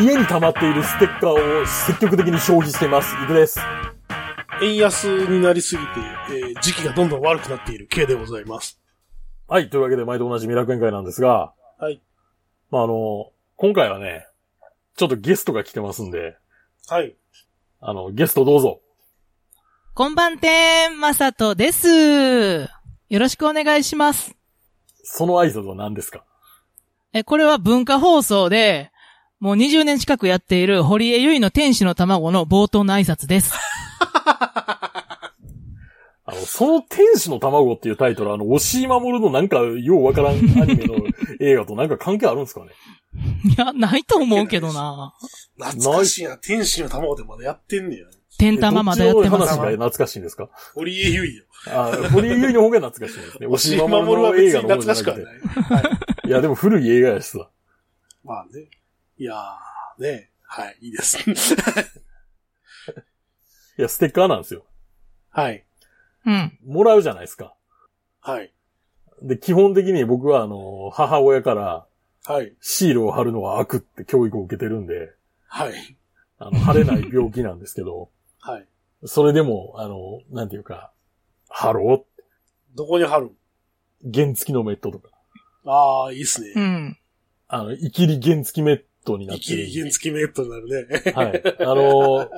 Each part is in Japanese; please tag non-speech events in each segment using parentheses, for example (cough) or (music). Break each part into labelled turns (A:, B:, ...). A: 家に溜まっているステッカーを積極的に消費しています。いくです。
B: 円安になりすぎて、えー時期がどんどん悪くなっている系でございます。
A: はい。というわけで、毎度同じ未楽園会なんですが、
B: はい。
A: まあ、あの、今回はね、ちょっとゲストが来てますんで、
B: はい。
A: あの、ゲストどうぞ。
C: こんばんてん、まさとです。よろしくお願いします。
A: その挨拶は何ですか
C: え、これは文化放送で、もう20年近くやっている堀江由衣の天使の卵の冒頭の挨拶
A: (laughs)
C: です。
A: あの、その天使の卵っていうタイトル、あの、押井守のなんか、ようわからんアニメ
B: (laughs)
A: の映画となんか関係あるんですかね
C: いや、ないと思うけどな。
B: 懐かしいな。天使の卵でまだやってんねや。
C: 天玉まだやっ
A: ど
C: て
A: っち
C: ま
A: の
C: す
A: 話。が懐かしいんですか
B: 堀江優
A: あ、堀江由衣の方が懐かしいで
B: (laughs)
A: すね。
B: 衣。
A: 押井
B: 井
A: 守
B: 守は
A: の
B: 別
A: 映
B: に
A: 画の方
B: 懐
A: じゃな
B: かし
A: く
B: く
A: て
B: はない。。 (laughs) はい。
A: いや、でも古い映画やしさ。
B: まあね。いやー、ね。はい、いいです。 (laughs)
A: いや、ステッカーなんですよ。
B: はい。
C: うん。
A: もらうじゃないですか。
B: はい。
A: で、基本的に僕は、あの、母親から、
B: はい。
A: シールを貼るのは悪って教育を受けてるんで、
B: はい。
A: あ
C: (laughs)
A: の、貼れない病気なんですけど、
B: はい。
A: それでも、あの、なんていうか、貼ろう。
B: どこに貼る
A: 原付きのメットとか。
B: ああ、いいっすね
C: う。ん。
A: あの、イキリ原付きメットになっ
B: イ
A: て
B: キ
A: る。
B: リ原付きメットになるね。 (laughs)
A: はい。あの、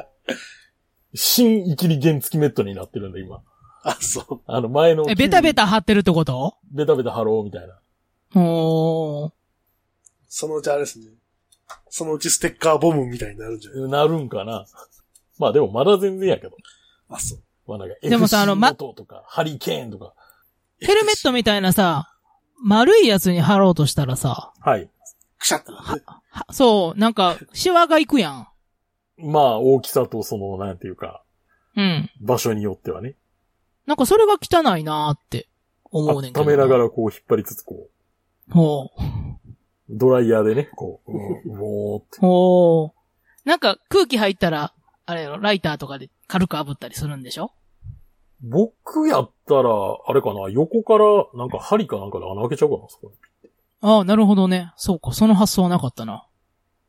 A: 新イキリ原付きメットになってるんで、今。
B: あ、そう。
A: あの、前の。
C: え、ベタベ。タ貼ってるってこと
A: ベタベタ貼ろう、みたいな。
C: おー。
B: そのうちあれですね。そのうちステッカーボムみたいになるんじゃない
A: なるんかな。まあでも、まだ全然やけど。
B: あ、そう。
A: まあなんか、
C: でもさあのま
A: FC 元とか、ハリケーンとか。
C: ヘルメットみたいなさ、丸いやつに貼ろうとしたらさ、
A: はい。
B: くしゃってなって。
C: はそう、なんか、シワがいくやん。
A: まあ、大きさとその、なんていうか、
C: うん。
A: 場所によってはね。
C: なんかそれが汚いなーって思うねんけど。
A: 温めながらこう引っ張りつつ、こう、
C: ほう。
A: ドライヤーでね、こう、うん、うおーって。
C: おお。なんか空気入ったら、あれやろ、ライターとかで軽く炙ったりするんでしょ
A: 僕やったら、あれかな、横から、なんか針かなんかで穴開けちゃうかな、そこ
C: ああ、なるほどね。そうか、その発想はなかったな。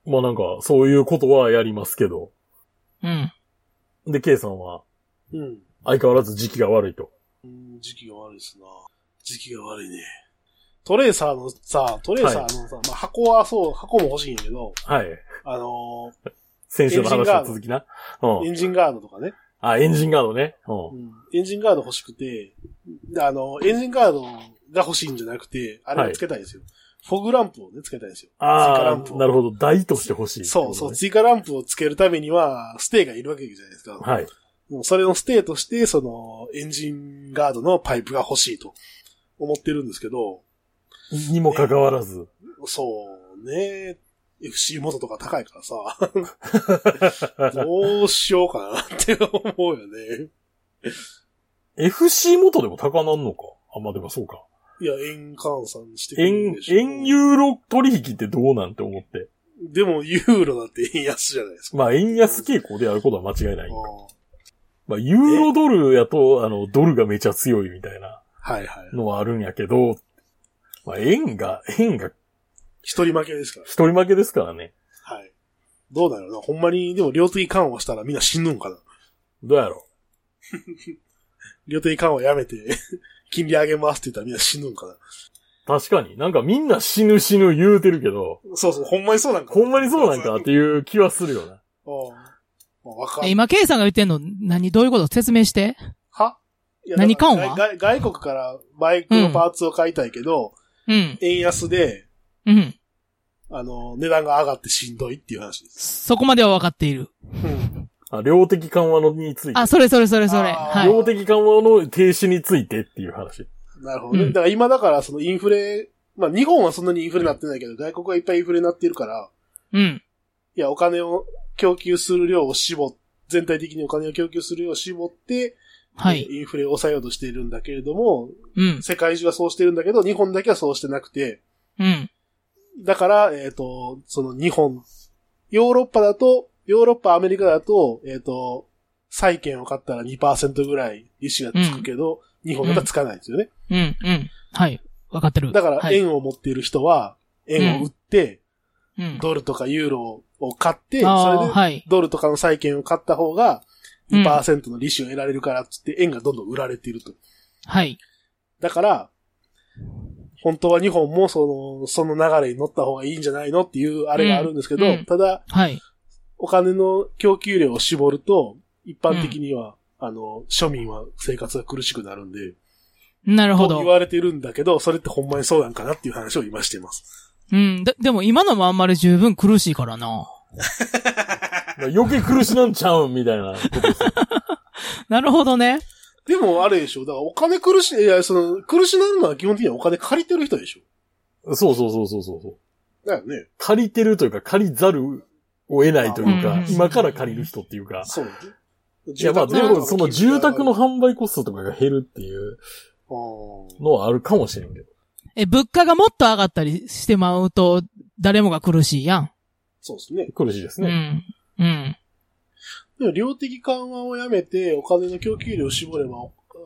A: に。まあなんか、そういうことはやりますけど。
C: うん。
A: で、K さんは、
B: うん。
A: 相変わらず時期が悪いと。
B: うん時期が悪いですな。時期が悪いね。トレーサーのさ、トレーサーのさ、まあ、箱はそう、箱も欲しいんやけど、
A: はい。
B: あの
A: 先週の話の続きな。
B: ー
A: う
B: エ
A: ん。
B: ンジンガードとかね、
A: あ、エンジンガードね。
B: う
A: うん
B: エンジンガード欲しくて、であのーエンジンガードが欲しいんじゃなくて、あれをつけたいんですよ。フォグランプをね、つけたいんですよ。
A: ん。
B: 追加ラ
A: あ
B: ンプ
A: あ、
B: を
A: なるほど。台としてほしい、
B: そうそう、
A: ね
B: 追加ランプをつけるためには、ステーがいるわけじゃないですか。
A: はい。
B: もうそれのステーとして、その、エンジンガードのパイプが欲しいと思ってるんですけど、
A: にもかかわらず。
B: そうね。FC 元とか高いからさ。
A: (laughs)
B: どうしようかなって思うよね。
A: FC 元でも高なんのかあ、まあ、でもそうか。
B: いや、円換算してくれるん
A: 円
B: で、しょ
A: 円ユーロ取引ってどうなんて思って。
B: でも、ユーロだって円安じゃないですか。
A: まあ、円安傾向であることは間違いない。
B: あ
A: まあ、ユーロドルやと、あの、ドルがめちゃ強いみたいな
B: ーはいはい。
A: のはあるんやけど、まあ、円が、円が
B: 一人負けですか
A: 一人負けですからね。
B: ら。はい。どうだろうな。ほんまに、でも、量的緩和したらみんな死ぬんかな。
A: どうやろ
B: 量的緩和やめて、 (laughs) 金利上げますって言ったらみんな死ぬんかな。
A: う確かに。なんかみんな死ぬ死ぬ言うてるけど、
B: そうそう、ほんまにそうなんかな。
A: ほんまにそうなんかっていう気はするよな。
B: うん。まあわかん
C: え今、ケイさんが言ってんの、何、どういうこと説明して。
B: はいや
C: 何
B: だら
C: 緩和
B: 外外外国からバイクのパーツを買いたいけど、
C: うん。
B: 円安で、
C: うん。
B: あの、値段が上がってしんどいっていう話です。
C: そこまでは分かっている。
B: うん。
A: あ、量的緩和のについて
C: あ、。それそれそれそれ。
B: あー
C: はい。
A: 量的緩和の停止についてっていう話。
B: なるほどね。
C: うん
B: だから今だからそのインフレ、まあ日本はそんなにインフレなってないけど、外国はいっぱいインフレなってるから、
C: うん。
B: いや、お金を供給する量を絞っ全体的にお金を供給する量を絞って、
C: はい。
B: インフレを抑えようとしているんだけれども、
C: うん。
B: 世界中はそうしてるんだけど、日本だけはそうしてなくて、
C: うん。
B: だから、えっ、と、その日本、ヨーロッパだと、ヨーロッパ、アメリカだと、えっ、と、債券を買ったら2%ぐらい利子がつくけど、日本だったらつかないんですよね。
C: うん。うん。はい。分かってる。
B: だから、
C: はい、
B: 円を持っている人は、円を売って、
C: うん。
B: ドルとかユーロをを買って、
C: あ
B: そ
C: あ、
B: れで
C: はい。
B: ドルとかの債券を買った方が
C: うん
B: 2%の利子を得られるからっつって円がどんどん売られていると。
C: はい。
B: だから、本当は日本もその、その流れに乗った方がいいんじゃないのっていうあれがあるんですけど、
C: うんうん
B: ただ、
C: はい。
B: お金の供給量を絞ると、一般的には、あの、庶民は生活が苦しくなるんで、
C: なるほ
B: と言
C: ど。
B: われてるんだけど、それってほんまにそうなんかなっていう話を今しています。
C: うん。で、でも今のもあんまり十分苦しいからな。
A: 余計苦しなんちゃうんみたいなことですよ。
C: なるほどね。
B: でもあれでしょ、だからお金苦しい、いや、その、苦しなるのは基本的にはお金借りてる人でしょ。
A: そうそうそうそうそうそう。
B: だよね。
A: 借りてるというか、借りざるを得ないという
C: うん
A: か
C: う、ん
A: 今から借りる人っていうか。
B: そう。
A: いや、まあで
C: 住宅
A: も、その住宅の、販売コストとかが減るっていう
B: あ
A: のはあるかもしれんけど。
C: え、物価がもっと上がったりしてまうと、誰もが苦しいやん。
B: そうですね。
A: 苦しいです
C: う
A: ね。
C: ん。うん。
B: でも量的緩和をやめて、お金の供給量を絞れば、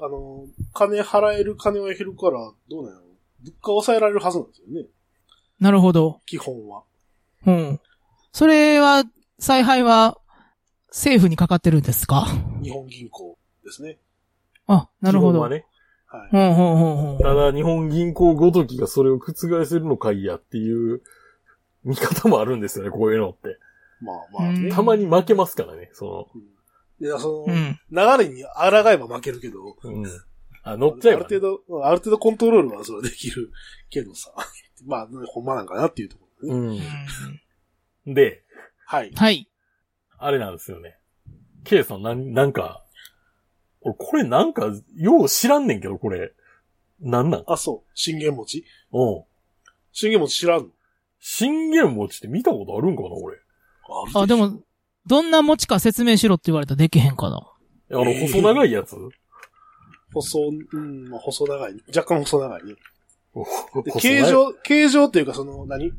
B: あの、金払える金は減るから、どうなの物価を抑えられるはずなんですよね。
C: なるほど。
B: 基本は。
C: うん。それは、采配は、政府にかかってるんですか
B: 日本銀行ですね。
C: あ、なるほ
A: 基本
C: ど。
A: はね。
B: はい。
C: ほうほうほうほう。
A: ただ、日本銀行ごときがそれを覆せるのかいやっていう見方もあるんですよね、こういうのって。
B: まあまあね。
C: うん
A: たまに負けますからね、そ
B: いや、その、
C: うん。
B: 流れに抗えば負けるけど、
A: の、うん。あ、乗っちゃえ
B: ある
A: ばね、
B: 程度、うんある程度コントロールはそれできるけどさ。 (laughs) まあ、ほんまなんかなっていうところ、ね
A: うん。で、
B: はい。
C: はい。
A: あれなんですよね。K さん、なん、なんか、俺、これなんか、よう知らんねんけど、これ。なんなん
B: あ、そう。信玄餅
A: うん。
B: 信玄餅知らんの
A: 信玄餅って見たことあるんかな、俺。
B: あるしょ
C: あ、で、も、どんな餅か説明しろって言われたらできへんかな。
A: あの、
B: えー
A: 細長いやつ、
B: 細、うん、まあ細長い、ね。若干細長いね。で
A: 細
B: 形
A: 長い
B: 状、形状っていうかその、何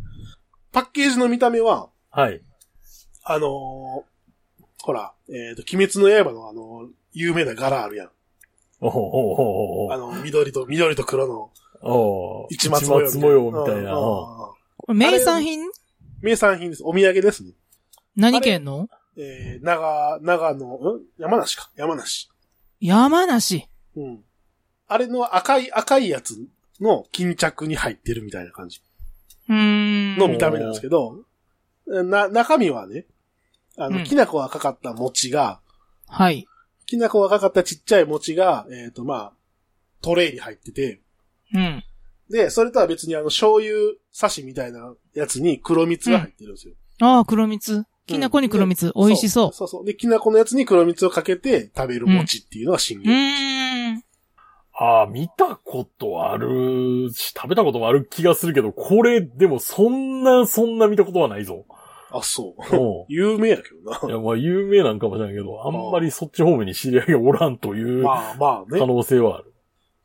B: パッケージの見た目は、
A: はい。
B: あのーほら、えっ、と、鬼滅の刃のあのー有名な柄あるやん。
A: おほほほ
B: あの、緑と、緑と黒の
A: ほほ。
B: 一抹模様。
A: 一抹模様みたい
B: うんうん
A: な。
B: うんうん
C: これ名産品
B: 名産品です。お土産ですね。
C: 何県の
B: えー、長、長野、ん山梨か。山梨。
C: 山梨。
B: うん。あれの赤い、赤いやつの巾着に入ってるみたいな感じ
C: うーん。
B: の見た目なんですけど、な、中身はね、あの、
C: うん
B: きな粉がかかった餅が、
C: はい。
B: きな粉がかかったちっちゃい餅が、えっ、と、まあ、トレイに入ってて、
C: うん。
B: で、それとは別にあの、醤油差しみたいなやつに黒蜜が入ってるんですよ。
C: ああ、黒蜜。きなこに黒蜜。美味しそう。
B: そうそう。で、きな粉のやつに黒蜜をかけて食べる餅っていうのは信
C: う
B: 玄餅。
C: ーん。
A: ああ、見たことあるし、食べたこともある気がするけど、これ、でもそんな、そんな見たことはない
B: (laughs)
A: ぞ。
B: あ、そう。
A: うん。
B: 有名やけどな。
A: いや、まあ、有名なんかもしれないけど、あんまりそっち方面に知り合いがおらんという
B: まあまあ
A: 可
B: ね。
A: 能性はある。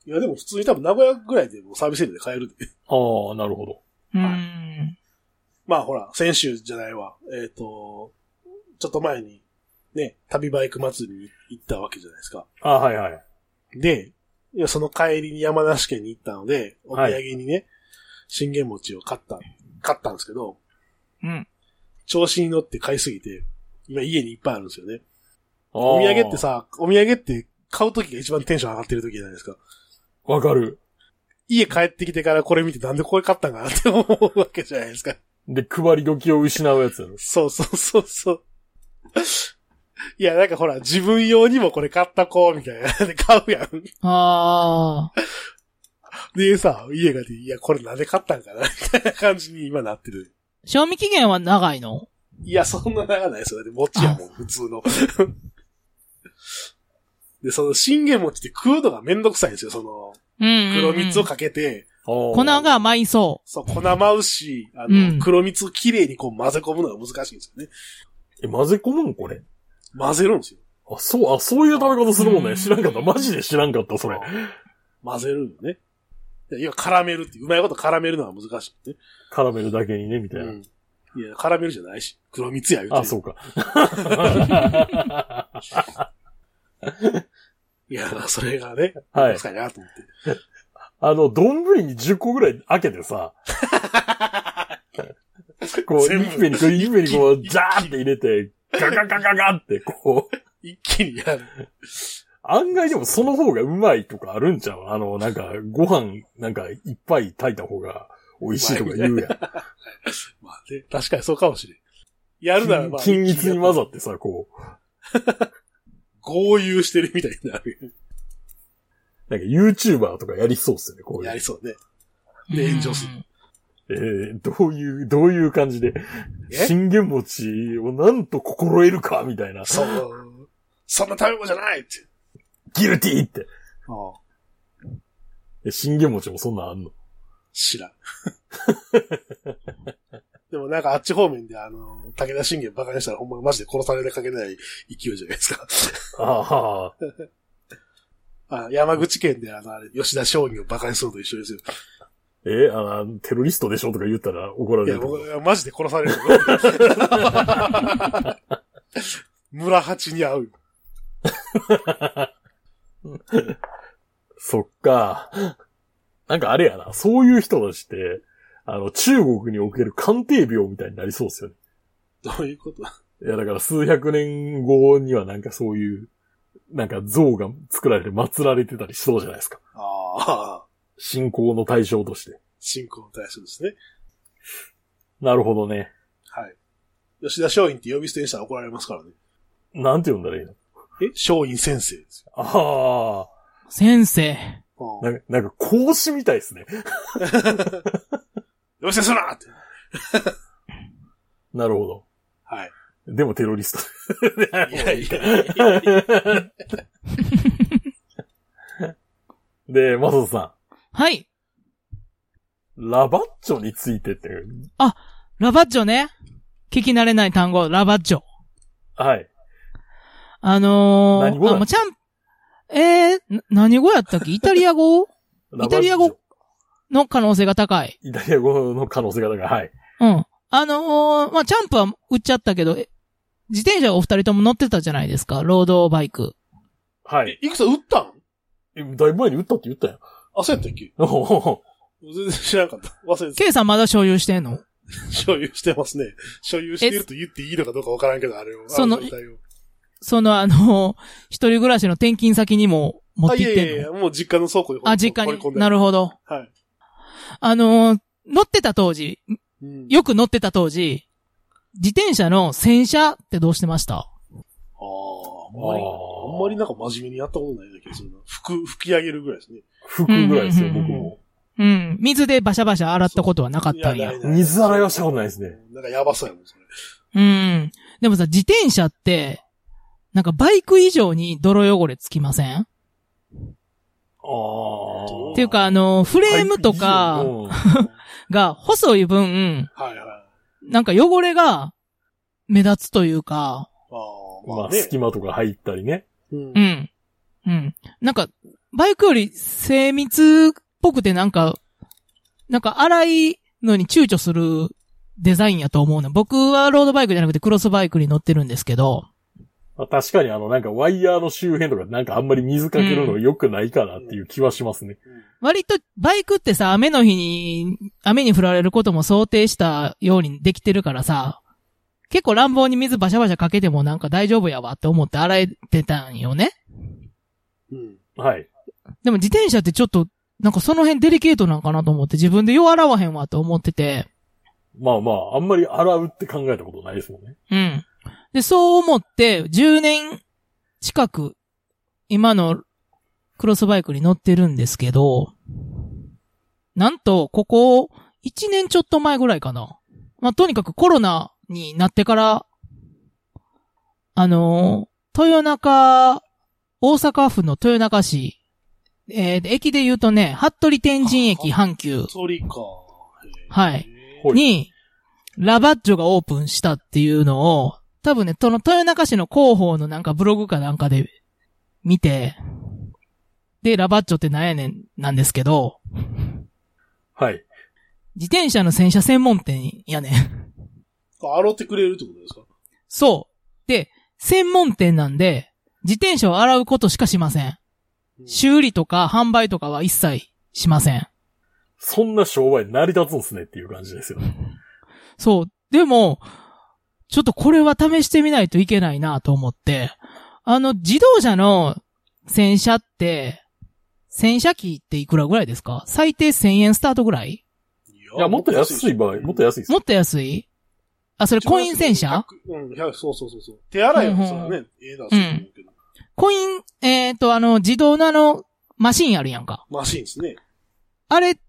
B: いやでも普通に多分名古屋ぐらいでもうサービスエリアで買えるで。 (laughs)
A: ああ、なるほど。
C: うーん。
B: まあほら、先週じゃないわ。えっ、と、ちょっと前に、ね、旅バイク祭りに行ったわけじゃないですか。
A: ああ、はいはい。
B: で、いやその帰りに山梨県に行ったので、お土産にね、信玄餅を買った、買ったんですけど、
C: うん。
B: 調子に乗って買いすぎて、今家にいっぱいあるんですよね。
A: お
B: お土産って。さ、お土産って買う時が一番テンション上がってる時じゃないですか。
A: わかる。
B: 家帰ってきてからこれ見てなんでこれ買ったんかなって思うわけじゃないですか。
A: で、配り時を失うやつやろ。
B: そうそうそうそう。いや、なんかほら、自分用にもこれ買ったこう、みたいな。で、買うやん。
C: ああ。
B: でさ、家がで、いや、これなんで買ったんかなみたいな感じに今なってる。
C: 賞味期限は長いの
B: いや、そんな長ないですよ。だって餅やもん、普通の。で、その、信玄餅って食うのがめんどくさいんですよ。その、
C: うんうんうん
B: 黒蜜をかけて、
A: 粉
C: 粉が甘いそ
B: そう、粉舞うし、あ
C: う
B: の、
C: ん
B: 黒蜜をきれいにこう混ぜ込むのが難しいんですよね。
A: え、混ぜ込むんこれ。
B: 混ぜるんですよ。
A: あ、そう、あ、そういう食べ方するもん
C: うん
A: ね。知らんかった。マジで知らんかった、それ。
B: 混ぜるよね。いや、絡めるって、うまいこと絡めるのは難しいね。
A: 絡めるだけにね、みたいな。
B: うん。いや、絡めるじゃないし、黒蜜や言うてる
A: あ、そうか。
B: いや、それがね、
A: はい
B: 確。かになと思って。 (laughs)
A: あの、丼に10個ぐらい開けてさ、こう、
B: 全
A: い
B: 部
A: っぺんに、こういっぺんにこう、ジャーって入れて、ガガガガガって、こう、
B: 一気にやる。
A: 案外でもその方がうまいとかあるんちゃうあの、なんか、ご飯、なんか、いっぱい炊いた方が美味しいとか言
B: (laughs)
A: うやん。
B: まあね、確かにそうかもしれん。やるならまあ。
A: 均一に混ざ
B: っ
A: ってさ、こう、
B: 合流してるみたいになるよね。
A: なんか YouTuber とかやりそうっすよね、 (laughs) こうい
B: やり
A: う。
B: そうね。で炎上する
C: うん
A: えー、どういう、どういう感じで、
B: え
A: 信玄餅をなんと心得るか、みたいな。
B: そう。そんな食べ物じゃないって。
A: ギルティーって。
B: ああ
A: え信玄餅もそんなんあんの
B: 知らん。 (laughs) でもなんかあっち方面であの、武田信玄バカにしたらほんまマジで殺されかけない勢いじゃないですか。 (laughs)
A: ああ、
B: あ山口県であの、あれ、吉田松陰をバカにするのと一緒ですよ。
A: えあの、テロリストでしょとか言ったら怒ら
B: い
A: れ
B: や、
A: ると思う。
B: 僕、マジで殺されると思う。 (laughs) 村八に会うよ。
A: そっか。なんかあれやな、そういう人たちって、あの、中国における鑑定病みたいになりそうっすよね。
B: どういうこと
A: いや、だから数百年後にはなんかそういう、なんか像が作られて祀られてたりしそうじゃないですか。
B: ああ、
A: 信仰の対象として。
B: 信仰の対象ですね。
A: なるほどね。
B: はい。吉田松陰って呼び捨てにしたら怒られますからね。
A: なんて呼んだらいいの
B: え松陰先生ですよ。
A: ああ、
C: 先生。
B: ああ
A: なんか、なんか孔子みたいですね。
B: 呼び捨てするなって。
A: なるほど。
B: はい。
A: でもテロリスト。
B: いや
A: (laughs)
B: いやいや。
A: で、マサトさ
C: はい。
A: ん、ラバッチョについてって、
C: ラバッジョね。聞き慣れない単語、ラバッジョ。
A: はい。
C: あのー、
A: 何語なん
C: あ、もうちゃん、えー、な何語やったっけイタリア語
A: ラバッチョ
C: イタリア語の可能性が高い。
A: イタリア語の可能性が高い。はい。
C: うん。あのー、まあ、チャンプは売っちゃったけど、え自転車お二人とも乗ってたじゃないですか。ロードバイク。
A: はい。
B: いくつ打ったん
A: えだいぶ前に打ったって言ったやん。
B: あ、そうやったっけ
A: おお
B: 全然知らなかった。忘れてた。
C: ケイさんまだ所有してんの
B: 所有してますね。所有していると言っていいのかどうかわからんけど、あれを。
C: その
B: あ状態を
C: そのあのー、一人暮らしの転勤先にも持っ
B: あ、
C: て
B: い
C: 行
B: や
C: っ
B: い
C: てんのあ
B: やいや、もう実家の倉庫に
C: 実家
B: 放り込ん
C: に。
B: で
C: なるほど。
B: はい。
C: あのー、乗ってた当時、
B: うん
C: よく乗ってた当時、自転車の洗車ってどうしてました
B: ああ、あんまり、
A: あ
B: あ
A: ー
B: んまりなんか真面目にやったことないだけど、そんな、服、吹き上げるぐらいですね。
A: 服ぐらいですよ、
C: うんうんうん
A: 僕も。
C: うん。水でバシャバシャ洗ったことはなかったん
B: いな
C: や
B: い。ない
A: 水洗いはしたことないですね。
B: なんかやばそうやもん、それ。
C: うん。でもさ、自転車って、なんかバイク以上に泥汚れつきませんっ
A: あ
B: ー
C: ていうか、あの、フレームとかが細い分、
B: はいはい。あ
C: なんか汚れが目立つというか、
B: あ、
A: ま
B: まあ
A: あ、
B: ね。
A: 隙間とか入ったりね。
B: うん
C: う。ん。うん。なんか、バイクより精密っぽくてなんか、なんか荒いのに躊躇するデザインやと思うの。僕はロードバイクじゃなくてクロスバイクに乗ってるんですけど、
A: まあ確かにあの、なんかワイヤーの周辺とかなんかあんまり水かけるの良くないかなっていう気はしますね。
C: 割とバイクってさ、雨の日に、雨に降られることも想定したようにできてるからさ、結構乱暴に水バシャバシャかけてもなんか大丈夫やわって思って洗えてたんよね。
B: うん。
A: はい。
C: でも自転車ってちょっと、なんかその辺デリケートなんかなと思って自分でよう洗わへんわと思ってて、
A: まあまあ、あんまり洗うって考えたことないですもんね。
C: うん。で、そう思って10年近く今のクロスバイクに乗ってるんですけど、なんと、ここ、1年ちょっと前ぐらいかな。まあ、とにかくコロナになってから、あのー豊中、大阪府の豊中市、えー駅で言うとね、服部天神駅阪急
B: 鳥か。
C: はい
B: へ
A: ほい
C: に、ラバッジョがオープンしたっていうのを、多分ね、その豊中市の広報のなんかブログかなんかで見て、で、ラバッジョってなんやねん、なんですけど、
A: はい。
C: 自転車の洗車専門店やねん。 (laughs)
B: え。洗ってくれるってことですか
C: そう。で、専門店なんで、自転車を洗うことしかしません。修理とか販売とかは一切しません。
A: そんな商売成り立つんすねっていう感じですよね。
C: そう。でも、ちょっとこれは試してみないといけないなと思って、あの、自動車の洗車って、洗車機っていくらぐらいですか最低1000円スタートぐらい
A: いや、もっと安い場合、もっと安いです。
C: もっと安いあ、それコイン洗車
B: ?100 うん、100そうそうそうそう。手洗いはそれはね、ええな、そういうけど。
C: コイン、えっ、と、あの、自動のあの、マシンあるやんか。
B: マシンですね。
C: あれで、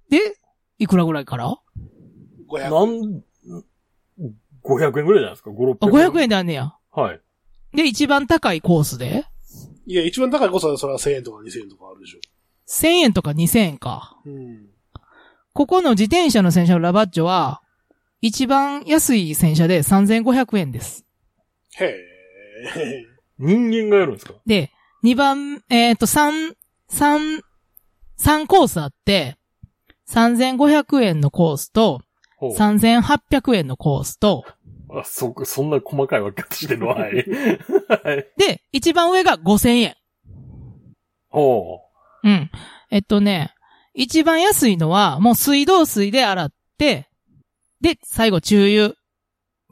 C: いくらぐらいから
B: 500。
A: なん、500円ぐらいじゃないですか ?5、600
C: あ、
A: 円。
C: 500円であんねや。
A: はい。
C: で、一番高いコースで、
B: いや、一番高いこそそれは1000円とか2000円とかあるでしょ。
C: 1000円とか2000円か。
B: うん。
C: ここの自転車の洗車のラバッジョは、一番安い洗車で3500円です。
B: へ (laughs) え。
A: 人間がやるんですか
C: で、2番、えっ、と、3、3、3コースあって、3500円のコースと、
A: ほう
C: 3800円のコースと、
A: あ、そ、そんな細かい分け方
C: (laughs)
A: してるのは、はい。はい
C: で、一番上が5000円。
A: ほ
C: うん。えっとね、一番安いのは、もう水道水で洗って、で、最後、中油、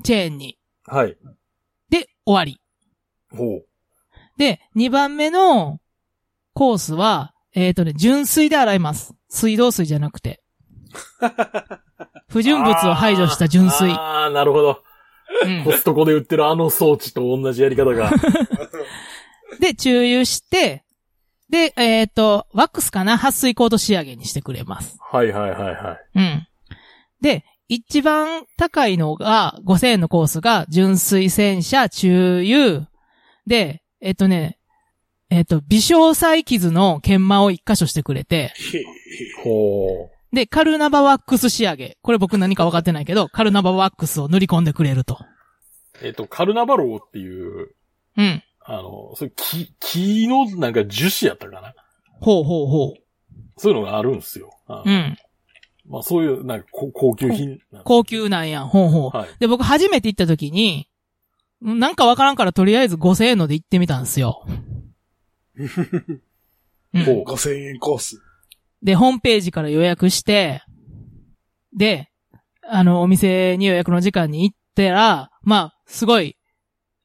C: チェーンに、
A: う。はい。
C: で、終わり。
A: ほ
C: で、2番目のコースは、えっ、とね、純水で洗います。水道水じゃなくて。不
A: う。
C: 純物を排除した純水。
A: あー、なるほど。
C: うん
A: コストコで売ってるあの装置と同じやり方が。
C: で、中油して、で、えっ、と、ワックスかな撥水コート仕上げにしてくれます。
A: はいはいはいはい。
C: うん。で、一番高いのが、5000円のコースが、純水洗車、中油。で、えっ、とね、えっ、と、微小細傷の研磨を一箇所してくれて、
B: へえ。
A: ほ
C: で、カルナバワックス仕上げ。これ僕何か分かってないけど、カルナバワックスを塗り込んでくれると。
A: う。えっと、カルナバローっていう、
C: うん。
A: あの、そういう木、木のなんか樹脂やったかな。
C: ほうほうほ
A: そういうのがあるんですよ。あ
C: う。うん。
A: まあそういう、なんか高高級品なんで
C: 高級なんやん、ほうほう。
A: はい。
C: で、僕初めて行った時に、なんかわからんからとりあえず5000円ので行ってみたんですよ。うん
A: ほう
B: 5000円コース。
C: で、ホームページから予約して、で、あの、お店に予約の時間に行ったら、まあ、すごい、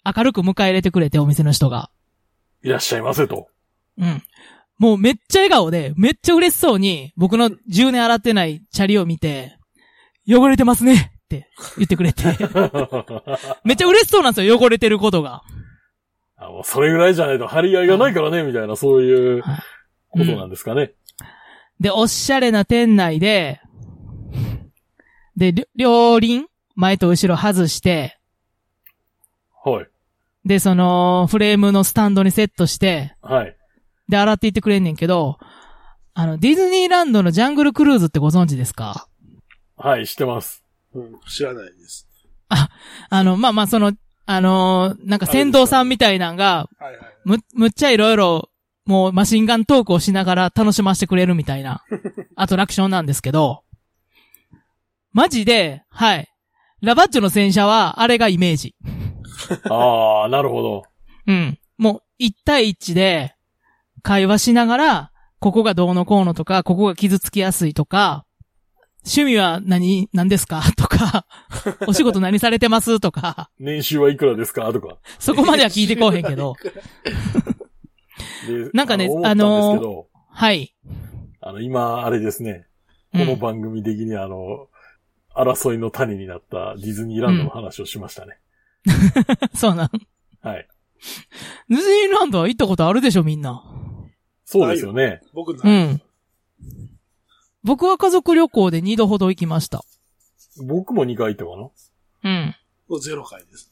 C: 明るく迎え入れてくれて、お店の人が。
A: いらっしゃいませと。 (laughs)
C: うん。もうめっちゃ笑顔で、めっちゃ嬉しそうに、僕の10年洗ってないチャリを見て、汚れてますねって言ってくれ (laughs) て。めっちゃ嬉しそうなんですよ、汚れてることが。
A: あもうそれぐらいじゃないと張り合いがないからね、みたいな、そういう
C: はい
A: ことなんですかね。
C: で、おしゃれな店内で、で、りょ両輪前と後ろ外して、
A: はい。
C: で、その、フレームのスタンドにセットして、
A: はい。
C: で、洗っていってくれんねんけど、あの、ディズニーランドのジャングルクルーズってご存知ですか
A: はい、してます。
B: うん、知らないです。
C: あの、まあまあ、その、あのーなんか船頭さんみたいなんが、
B: はいはい。
C: む、むっちゃいろいろ、もうマシンガントークをしながら楽しませてくれるみた
A: (laughs)
C: いなアトラクションなんですけど、マジで、はい。ラバッジョの戦車は、あれがイメージ。
A: ああ、なるほど。
C: うん。もう、一対一で、会話しながら、ここがどうのこうのとか、ここが傷つきやすいとか、趣味は何、何ですか
A: (laughs)
C: とか、お仕事何されてますとか、
A: 年収はいくらですかとか。
C: そこまでは聞いてこうへん
A: (laughs)
C: けど、
A: で
C: なんかね
A: あの、思ったんですけど、
C: はい。
A: あの、今、あれですね。
C: う
A: この
C: ん、
A: 番組的にあの、争いの種になったディズニーランドの話をしましたね。
C: そうなん。
A: はい。
C: ディズニーランドは行ったことあるでしょ、みんな。
A: そうですよね。
B: 僕な
C: う
B: い、
C: ん。僕は家族旅行で2度ほど行きました。
A: 僕も2回行ったかな。
C: うん。
B: もうゼロ回です。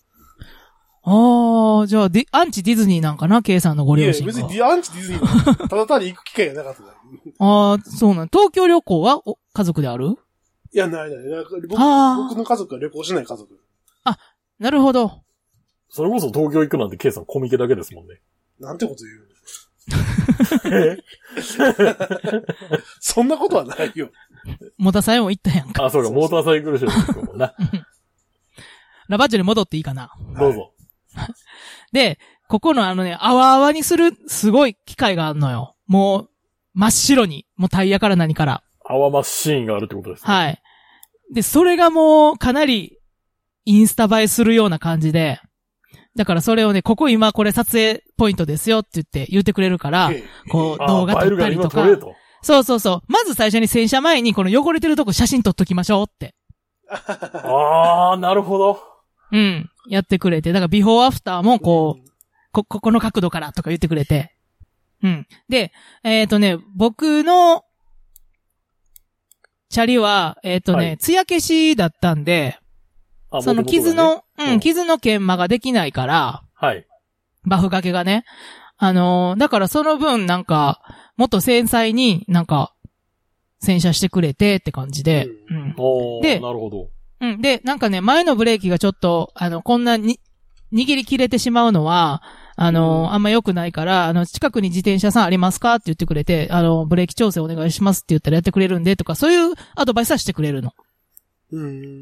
C: ああ、じゃあ、ディアンチディズニーなんかな、K さんのご
B: いや、
C: 両
B: 別
C: 親が。
B: にディアンチディズニーなんだただ単に行く機会がなかっただけ。い
C: ああ、そうなん。東京旅行はお家族である
B: や、ないない。なんか僕
C: あー
B: 僕の家族は旅行しない家族。
C: なるほど。
A: それこそ東京行くなんて、ケイさんコミケだけですもんね。
B: なんてこと言うの
A: え
B: そんなことはないよ。
C: モタサイも行ったやんか。 (laughs)
A: あ、そうか、モーターサイクルショーですもんな。
C: ラバッジョに戻っていいかな。
A: どうぞ。
C: で、ここのあのね、あわあわにする、すごい機械があるのよ。もう、真っ白に。もうタイヤから何から。
A: 泡マシーンがあるってことですね。
C: はい。で、それがもう、かなり、インスタ映えするような感じで、だからそれをね、ここ今これ撮影ポイントですよって言って言ってくれるから、
B: え
C: こう
A: あー
C: 動
A: フ
C: 画
A: ァイ
C: 撮っ
A: ル
C: た
A: が
C: り
A: 今
C: と
A: 撮
C: か
A: れ。と。
C: そうそうそう。まず最初に洗車前にこの汚れてるとこ写真撮っときましょうって。
A: ああ、なるほど。
C: うん。やってくれて。だからビフォーアフターも
B: え
C: こう、こ、ここの角度からとか言ってくれて。うん。で、えっ、とね、僕の、チャリは、えっ、とね、
A: はい
C: 艶消しだったんで、
A: あ
C: その傷。
A: 元々がね
C: の、
A: ねう
C: うんん、傷の研磨ができないから、
A: はい。
C: バフ掛けがね。あのーだからその分なんか、もっと繊細になんか、洗車してくれてって感じで、
B: う
C: うん
A: おー
C: で
A: なるほど。
C: うん。で、なんかね、前のブレーキがちょっと、あの、こんなに、握り切れてしまうのは、あの、あんま良くないから、あの、近くに自転車さんありますかって言ってくれて、あの、ブレーキ調整お願いしますって言ったらやってくれるんで、とか、そういうアドバイスはしてくれるの。
B: うん。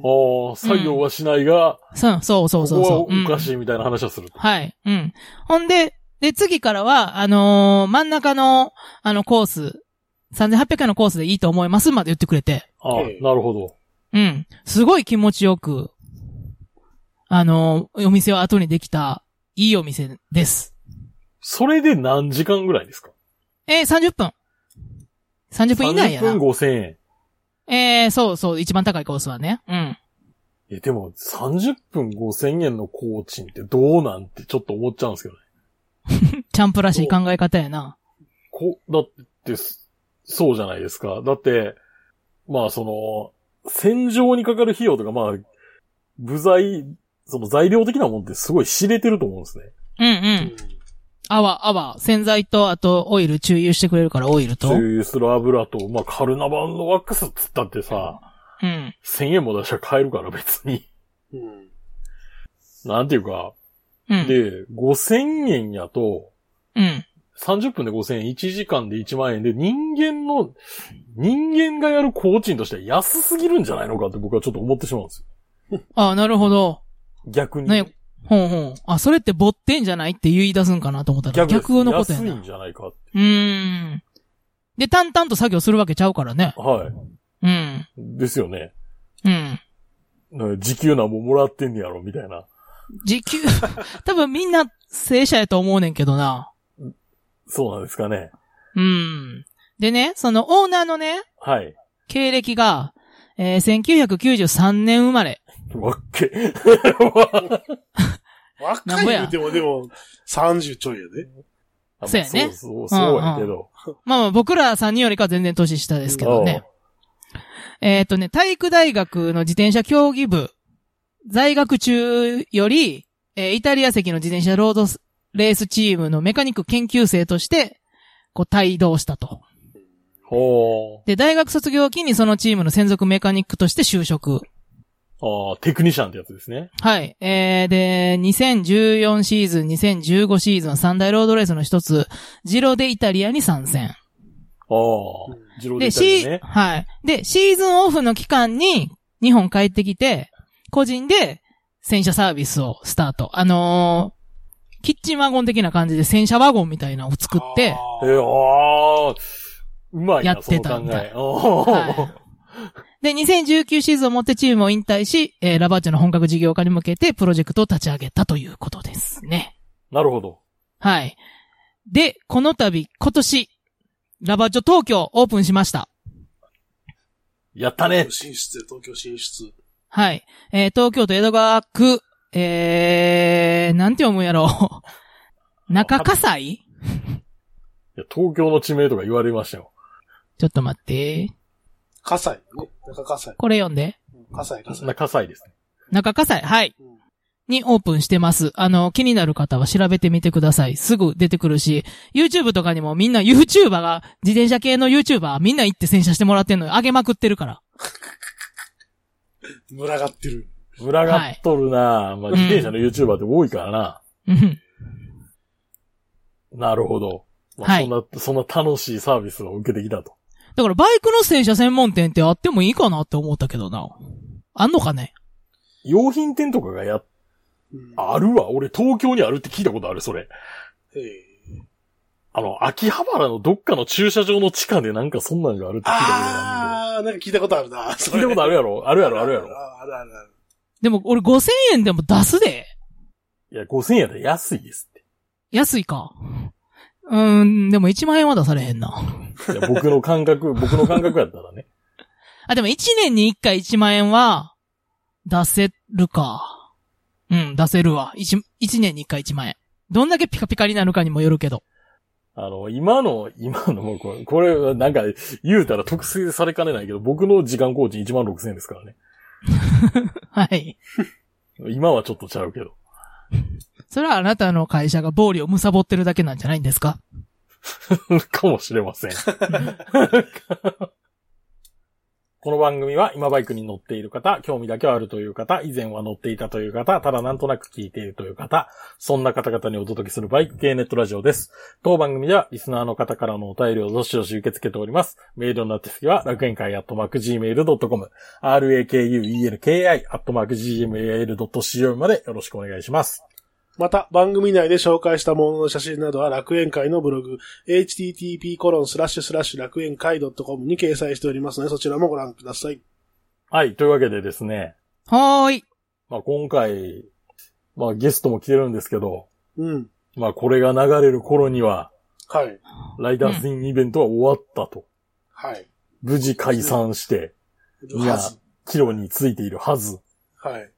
A: ああ、作業はしないが、
C: そうそうそう
A: こ
C: そうそ
A: こ
C: う。うん
A: はおかしいみたいな話はすると。
C: はい。うん。ほんで、で、次からは、あのー真ん中の、あの、コース、3800円のコースでいいと思いますまで言ってくれて。
A: ああ
B: ええ
A: なるほど。
C: うん。すごい気持ちよく、あの、お店を後にできた、いいお店です。
A: それで何時間ぐらいですか
C: えー、30分。30分以内や
A: ?30
C: な。
A: 分5000円。
C: えー、そうそう、一番高いコースはね。うん。
A: え、でも、30分5000円の工賃ってどうなんてちょっと思っちゃうんですけどね。
C: チャンプらしい考え方やな。
A: こ、だってす、そうじゃないですか。だって、まあその、戦場にかかる費用とか、まあ、部材、その材料的なもんってすごい知れてると思うんですね。
C: うんうん。泡、泡、洗剤と、あと、オイル、注油してくれるから、オイルと。。
A: そううんいうする油と、まあカルナバンのワックスっつったってさ、1000円も出したら買えるから別に。
B: うん。
A: なんていうか、
C: うん。
A: で、5000円やと、
C: うん。
A: 30分で5000円、1時間で1万円で、人間の、人間がやる工賃としては安すぎるんじゃないのかって僕はちょっと思ってしまうんですよ。
C: あ、なるほど。
A: 逆に。
C: ね、ほうほう。あ、それってぼってんじゃないって言い出すんかなと思ったら、
A: です
C: 逆のことや
A: 安
C: な。
A: い
C: うん
A: じゃないかって。
C: ーん。で、淡々と作業するわけちゃうからね。
A: はい。
C: うん。
A: ですよね。
C: うん。
A: なんか時給なんももらってんねやろ、みたいな。
C: 時給、 (laughs) 多分みんな正社やと思うねんけどな。
A: そうなんですかね。
C: うん。でね、そのオーナーのね、
A: はい。
C: 経歴が、えー1993年生まれ。
A: わっけ。
B: 若い言うても、でも、30ちょいやで。
C: そうやね
A: まあそうそう、そうやけど。
C: まあまあ僕ら3人よりかは全然年下ですけどね。えっ、とね、体育大学の自転車競技部、在学中より、えーイタリア籍の自転車ロードスレースチームのメカニック研究生として、こう帯同したと。
A: ほ
C: で、大学卒業を機にそのチームの専属メカニックとして就職。
A: う。ああ、テクニシャンってやつですね。
C: はい。えー、で、2014シーズン、2015シーズンは三大ロードレースの一つ、ジロでイタリアに参
A: あ
C: 戦。
B: う
A: あ
B: ん、
A: 自動で
C: で、
A: いたり
C: シ
A: ね
C: ー、。はい。で、シーズンオフの期間に日本帰ってきて、個人で洗車サービスをスタート。あのーキッチンワゴン的な感じで洗車ワゴンみたいなのを作って、
A: えー、ああ、うまいな、
C: やってたんだ
A: その考え。あ
C: はで、2019シーズンをもってチームを引退し、えーラバーチェの本格事業化に向けてプロジェクトを立ち上げたということですね。
A: ー (laughs) なるほど。
C: はい。で、この度、今年、ラバーチョ東京オープンしました。
A: やったね
B: 東京。進出で、東京進出。
C: はい。えー東京都江戸川区、えー、なんて読むんやろう。中火災
A: いや東京の地名とか言われましたよ。
C: ちょっと待って。
B: 火災ね。中火災。
C: これ読んで。
B: 火災、火災。
A: 中西ですね。
C: 中火災。はい。
B: うん
C: にオープンしてます。あの、気になる方は調べてみてください。すぐ出てくるし、YouTube とかにもみんな YouTuber が、自転車系の YouTuber みんな行って洗車してもらってんのよ。上げまくってるから。
B: 群がってる。
A: 群がっとるな、まあ、
C: うん
A: 自転車の YouTuber って多いからな。
C: うん。
A: なるほど。まあ
C: はい
A: そんな、そんな楽しいサービスを受けてきたと。
C: だからバイクの洗車専門店ってあってもいいかなって思ったけどな。あんのかね
A: 用品店とかがや、
B: うん
A: あるわ。俺東京にあるって聞いたことある、それ。
B: ええ
A: あの、秋葉原のどっかの駐車場の地下でなんかそんなんがあるって聞いたことあるんで。
B: あー、なんか聞いたことあるな。聞
A: 聞いたことあるやろあるやろあるやろ
B: あるあるある。
C: でも俺5000円でも出すで。
A: いや、5000円やったら安いですっ
C: 安いか。うーん、でも1万円は出されへんな。
A: て。いや僕の感覚、 (laughs) 僕の感覚やったらね。
C: あ、でも1年に1回1万円は出せるか。うん、出せるわ。1, 1年に1回1万円。どんだけピカピカになるかにもよるけど。
A: あの、今の、今のもうこれ、これなんか言うたら特性されかねないけど、僕の時間工賃1万6000円ですからね。
C: はい。
A: 今はちょっとちゃうけど。
C: それはあなたの会社が暴利を貪ってるだけなんじゃないんですか
A: かもしれません。この番組は今バイクに乗っている方、興味だけはあるという方、以前は乗っていたという方、ただなんとなく聞いているという方、そんな方々にお届けするバイク系ネットラジオです。当番組ではリスナーの方からのお便りをどしどし受け付けております。メールの宛先は楽園会アットマーク Gmail.com、rakuenki アットマーク Gmail.co までよろしくお願いします。
B: また、番組内で紹介したものの写真などは楽園会のブログ、http コロンスラッシュスラッシュ楽園会 .com に掲載しておりますので、そちらもご覧ください。
A: はい、というわけでですね、
C: はーい。
A: まあ今回、まあゲストも来てるんですけど、
B: うん。
A: まあこれが流れる頃には、
B: はい。
A: ライダースインイベントは終わったと。
B: はい。
A: 無事解散して、
B: い
A: いやキロについているはず。
B: はい。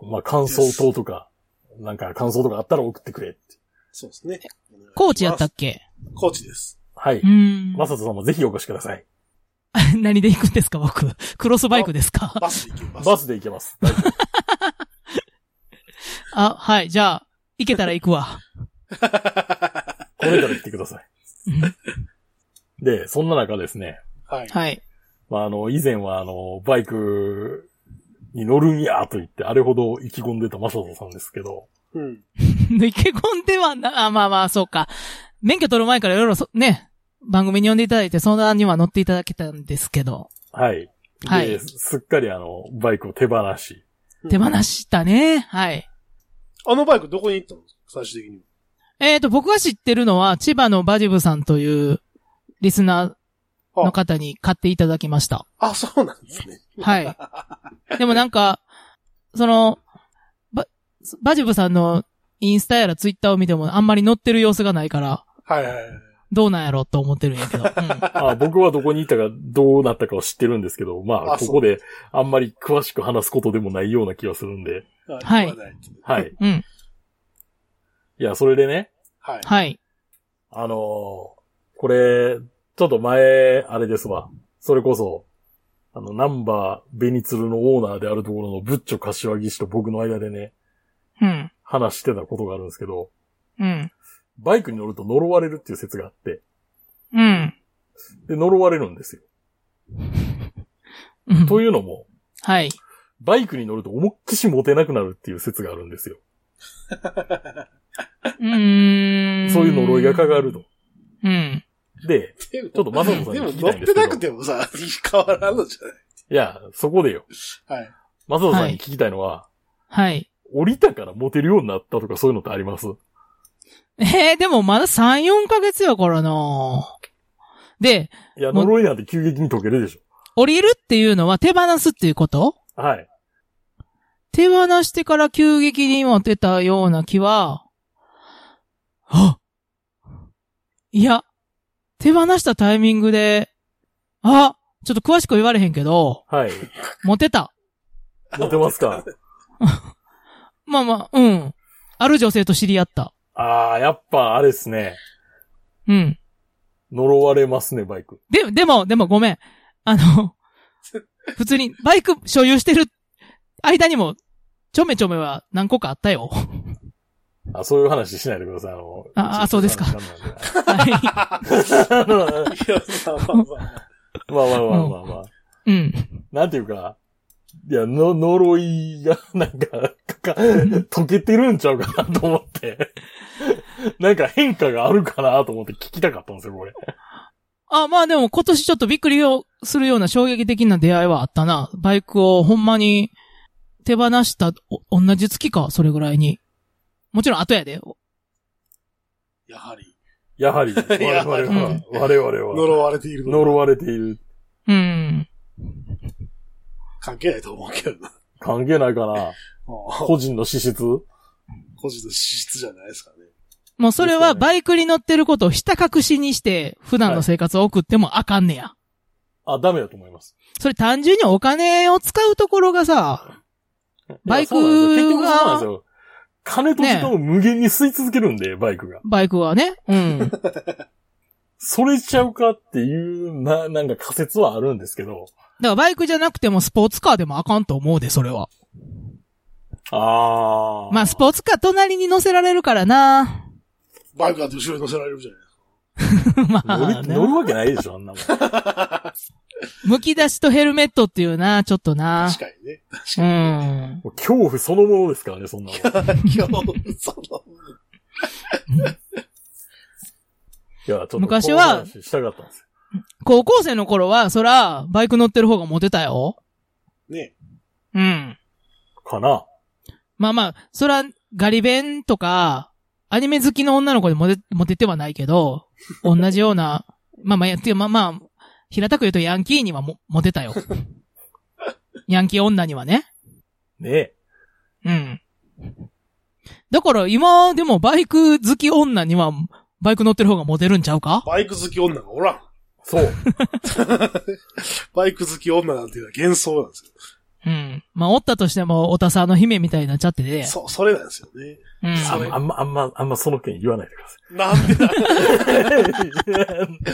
A: まあ感想等とか、なんか感想とかあったら送ってくれって。
B: そうですね。
C: コーチやったっけ
B: コーチです。
A: は
C: う
A: い。
C: ん。 (laughs)
A: まさとさんもぜひお越しください。
C: 何で行くんですか、僕。クロスバイクですか
B: (laughs) バスで行きます。
A: バスで行けます。大丈夫
C: あ、はい、じゃあ、行けたら行くわ。
A: これから行ってくださ
C: うん
A: い。で、そんな中ですね、
B: はい。
C: はい。
A: まああの、以前はあの、バイクに乗るんやと言って、あれほど意気込んでたまさとさんですけど、
B: うん。
C: (laughs) 抜け込んではな、あ、まあまあ、そうか。免許取る前からいろいろそ、ね、番組に呼んでいただいて、相談には乗っていただけたんですけど、
A: はい。で、
C: はい
A: すっかりあの、バイクを手放し、
C: 手放したね。はい。
B: あのバイクどこに行ったの最終的に。
C: えっ、と、僕が知ってるのは、千葉のバジブさんという、リスナーの方に買っていただきました。
B: あ、そうなんですね。
C: はい。でもなんか、その、バ、バジブさんのインスタやらツイッターを見てもあんまり乗ってる様子がないから、
B: はいはいはい。
C: どうなんやろうと思ってるんやけど。うん
A: あ僕はどこにいたか、どうなったかを知ってるんですけど、まあ、
B: あそ
A: ここ
B: う
A: であんまり詳しく話すことでもないような気がするん
C: (laughs)
A: で。
C: はい
B: はい。
A: はい。
C: うん。
A: いや、それでね、
B: はい。
C: はい。
A: あのーこれ、ちょっと前、あれですわ。それこそ、あの、ナンバーベニツルのオーナーであるところのブッチョ柏木氏と僕の間でね、
C: うん。
A: 話してたことがあるんですけど、
C: うん。
A: バイクに乗ると呪われるっていう説があって、
C: うん。
A: で、呪われるんですよ。
C: うん
A: というのも、
C: はい。
A: バイクに乗ると思いっきし持てなくなるっていう説があるんですよ。
C: うーん。
A: そういう呪いがかかると。
C: うん。
A: で、
B: ちょっ
A: ちょっとマサトさん
B: で
A: に
B: も
A: 聞き
B: 乗
A: た
B: っ
A: いんですけ
B: て
A: ど。
B: なくてもさ、変わらんのじ
A: いや、そこでよ。
B: ゃないはい。
A: マサトさんに聞きたいのは、
C: はい。
A: 降りたからモテるようになったとかそういうのってあります
C: えー、でもまだ3、4ヶ月やからなで、
A: いや、
C: も
A: 呪いなんて急激に解けるでし
C: 降りるっていうのは手放すっていうこと
A: ょ。はい。
C: 手放してから急激に持てたような気は、あいや、手放したタイミングで、あちょっと詳しくは言われへんけど、
A: はい。
C: モテた。
A: モテます (laughs) か
C: まあまあ、うん。ある女性と知り合った。
A: あー、やっぱあれですね。
C: うん。
A: 呪われますね、バイク。
C: で、でも、でもごめん。あの、 (laughs) 普通にバイク所有してる間にも、ちょめちょめは何個かあった (laughs) よ。
A: あ、そういう話しないでください。あの、
C: ああそうですか
A: ちょっとなんか
C: は
A: あのま
B: いや、まあまあまあ。
A: あ (laughs) まあまあまあまあ。
C: い。うん。
A: なんていうか、いや、の、呪いが、なんか、かか、溶けてるんちゃうかなと思って。 (laughs) なんか変化があるかなと思って聞きたかったんですよ、これ。
C: あ、まあでも今年ちょっとびっくりをするような衝撃的な出会いはあったな。バイクをほんまに手放した、お同じ月か、それぐらいに。もちろん後やで。
B: やはり、
A: や
B: (laughs)
A: はり、我々
B: やはり
A: は、我々は。
B: 呪われているの
A: 呪われている。
C: うん。
B: 関係ないと思うけどな。
A: 関係ないかな。
B: あ
A: 個人の資質
B: 個人の資質じゃないですかね。
C: もうそれはバイクに乗ってることをひた隠しにして、普段の生活を送ってもあかんねや。
A: あ、ダメだと思います。
C: それ単純にお金を使うところがさ、バイク
A: い
C: が
A: やそうなんですよ結局そうなんですよ。金と時間を無限に吸い続けるんで、バイクが。
C: バイクはね。うん。
A: それちゃうかっていう、な、なんか仮説はあるんですけど。
C: だからバイクじゃなくてもスポーツカーでもあかんと思うで、それは。
A: あー。
C: まあ、スポーツカー隣に乗せられるからな。 (laughs)
B: バイクだって後ろに乗せられるじゃない
C: ま
A: 乗
C: あ、
A: り
C: ね
A: 乗、るわけないでしょ、あんなもん。
C: むき出しとヘルメットっていうな、ちょっとな。
B: 確かにね。
C: うん。
A: (laughs) もう恐怖そのものですからね、そん (laughs) なもん。
B: 今日、その、
A: いや、ちょっと。
C: 昔は
A: したかったんですよ。
C: 高校生の頃は、そら、バイク乗ってる方がモテたよ。
B: ね。
C: うん。
A: かな。
C: まあまあ、そら、ガリ弁とか、アニメ好きの女の子でモテ、モテてはないけど、同じような、 (laughs) まあまあ、やっていうまあまあ、平たく言うとヤンキーにはもモテたよ。ヤンキー女にはね。
A: ねえ。
C: うん。だから今でもバイク好き女にはバイク乗ってる方がモテるんちゃうか
B: バイク好き女がおらん。
A: そう。
B: バイク好き女なんていうのは幻想なんですよ。
C: うん。まあ、おったとしても、おたさの姫みたいになっちゃってて。
B: そ、それなんですよね。
C: うん。
A: あんあんま、あんま、あんまその件言わないでください。
B: なんでだ
A: (laughs) なんてい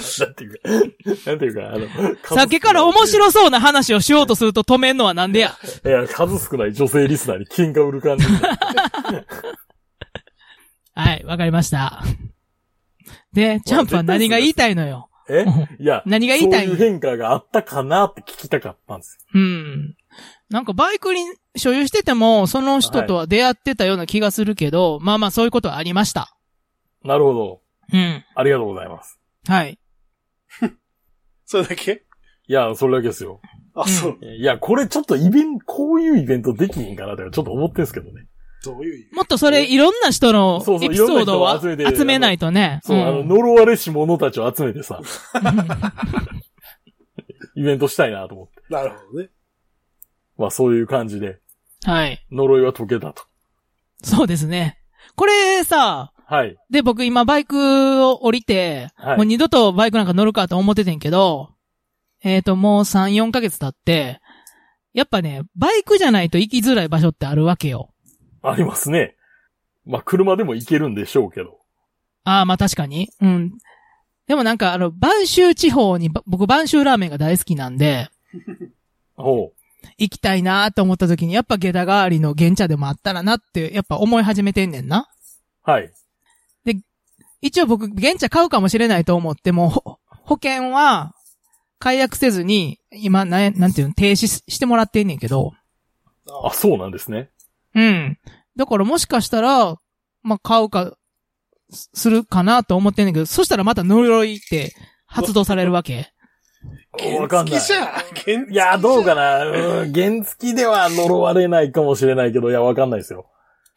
A: うか、なんていうか、あの、
C: さっきから面白そうな話をしようとすると止めんのはなんでや。
A: い。いや、数少ない女性リスナーに金が売る感じ。
C: はい、わかりました。で、チャンプは何が言いたいのよ。
A: えいや、
C: 何が言いたい
A: そういう変化があったかなって聞きたかったんですよ。
C: うん。なんかバイクに所有してても、その人とは出会ってたような気がするけど、まあまあそういうことはありました。
A: なるほど。
C: うん。
A: ありがとうございます。
C: はい。
B: それだけ
A: いや、それだけですよ。
B: あ、そう。
A: いや、これちょっとイベント、こういうイベントできひんかなってちょっと思ってんすけどね。
B: どういう意味
C: もっとそれ、いろんな人の
A: そうそう
C: エピソード
A: いろんな
C: を
A: 人を集めて
C: 集めないとね。
A: そう、あの、
C: ん
A: 呪われし者たちを集め
C: (laughs)
A: てさ、イベントしたいなと思って。
B: なるほどね。
A: まあそういう感じで、
C: はい。
A: 呪いは解けたと。
C: そうですね。これさ、
A: はい。
C: で、僕今バイクを降りて、
A: はい
C: もう二度とバイクなんか乗るかと思っててんけど、えっ、と、もう3、4ヶ月経って、やっぱね、バイクじゃないと行きづらい場所ってあるわけよ。
A: ありますね。まあ車でも行けるんでしょうけど。
C: ああ、まあ確かに。うん。でもなんか、あの、晩州地方に、ば僕、晩州ラーメンが大好きなんで、
A: ほ
C: 行きたいなーと思った時に、やっぱ下駄代わりの玄茶でもあったらなって、やっぱ思い始めてんねんな。
A: う。はい。
C: 一応僕、現茶買うかもしれないと思っても、ほ保険は解約せずに、今、なん、なんていうの、停止ししてもらってんねんけど。
A: あ、そうなんですね。
C: うん。だからもしかしたら、まあ、買うか、すするかなと思ってんねんけど、そしたらまた呪いって発動されるわけ。
A: わかんない
B: 原付じゃん原付
A: いや、どうかな。うん、原付きでは呪われないかもしれないけど、いや、わかんないですよ。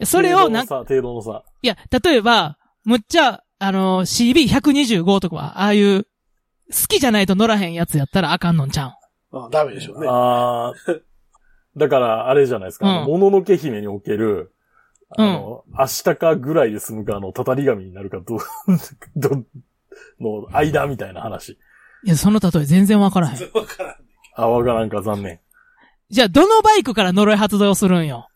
C: それをなんか、
A: か。程度の差。
C: いや、例えば、むっちゃ、あの、CB125 とかは、ああいう、好きじゃないと乗らへんやつやったらあかんのんちゃうん。
B: あダメでしょうね。
A: あーだから、あれじゃないですか。あのもののけ姫における、あの、明日かぐらいで済むか、あの、たたり神になるか、ど、 (laughs) ど、の間みたいな話。
C: いや、その例え全然わからへん。
B: 全然わからん。
A: あ、わからんか、残念。
C: じゃあ、どのバイクから呪い発動するんよ。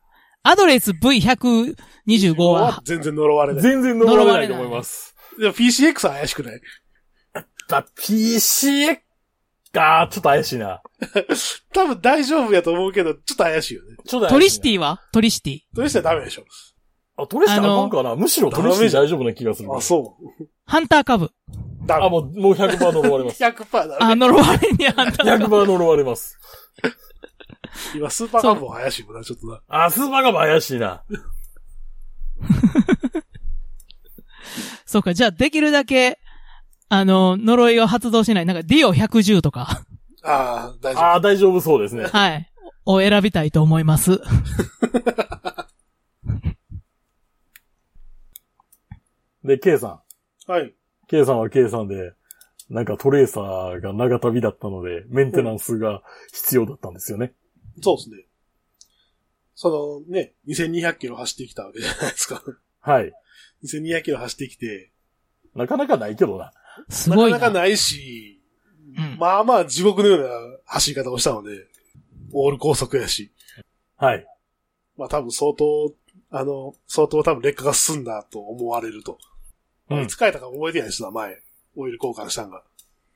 C: アドレス V125 は、
B: 全然呪われない。
A: 全然呪われないと思います。
B: でも PCX は怪しくない
A: だ、PCX か、ちょっと怪しいな。
B: 多分大丈夫やと思うけど、ちょっと怪しいよね。
A: ちょっと
C: ト
A: 怪
C: リ
A: しい
C: シ
A: な
C: ティはトリシティ。
B: それしたらダメでしょ。
A: あ、トリシティあかんかなむしろトリシティ大丈夫な気がする。
B: あ、そう。
C: ハンター株。
B: ダメ。
A: あ、もう、もう100%呪われます。
B: 100%だ
C: あ、
B: ね。
C: 呪われに
B: (laughs)
C: ハンター
A: 100%呪われます。
B: 今、スーパーカブも怪しいもんな、ちょっとな。
A: あ、スーパーガム怪しいな。
C: そうか、じゃあ、できるだけ、あの、呪いを発動しない。なんか、ディオ110と
B: (laughs)
C: か、
B: ああ、大丈
A: あー、大丈夫そうですね。
C: はい。を選びたいと思います。
A: で、K さん。
B: 夫。はい。
A: K さんは K さんで、なんかトレーサーが長旅だったので、メンテナンスが必要だったんですよね。
B: そうですね。そのね、2200キロ走ってきたわけじゃないですか。 (laughs)
A: はい。
B: 2200キロ走ってきて、
A: なかなかないけどな。
C: すごい
B: な
C: な。
B: かなかないし、
C: うん
B: まあまあ地獄のような走り方をしたので、オール高速やし、
A: はい。
B: まあ多分相当、あの、相当多分劣化が進んだと思われると。
A: うん
B: 疲れたか覚えてないですな、前。オイル交換したんが。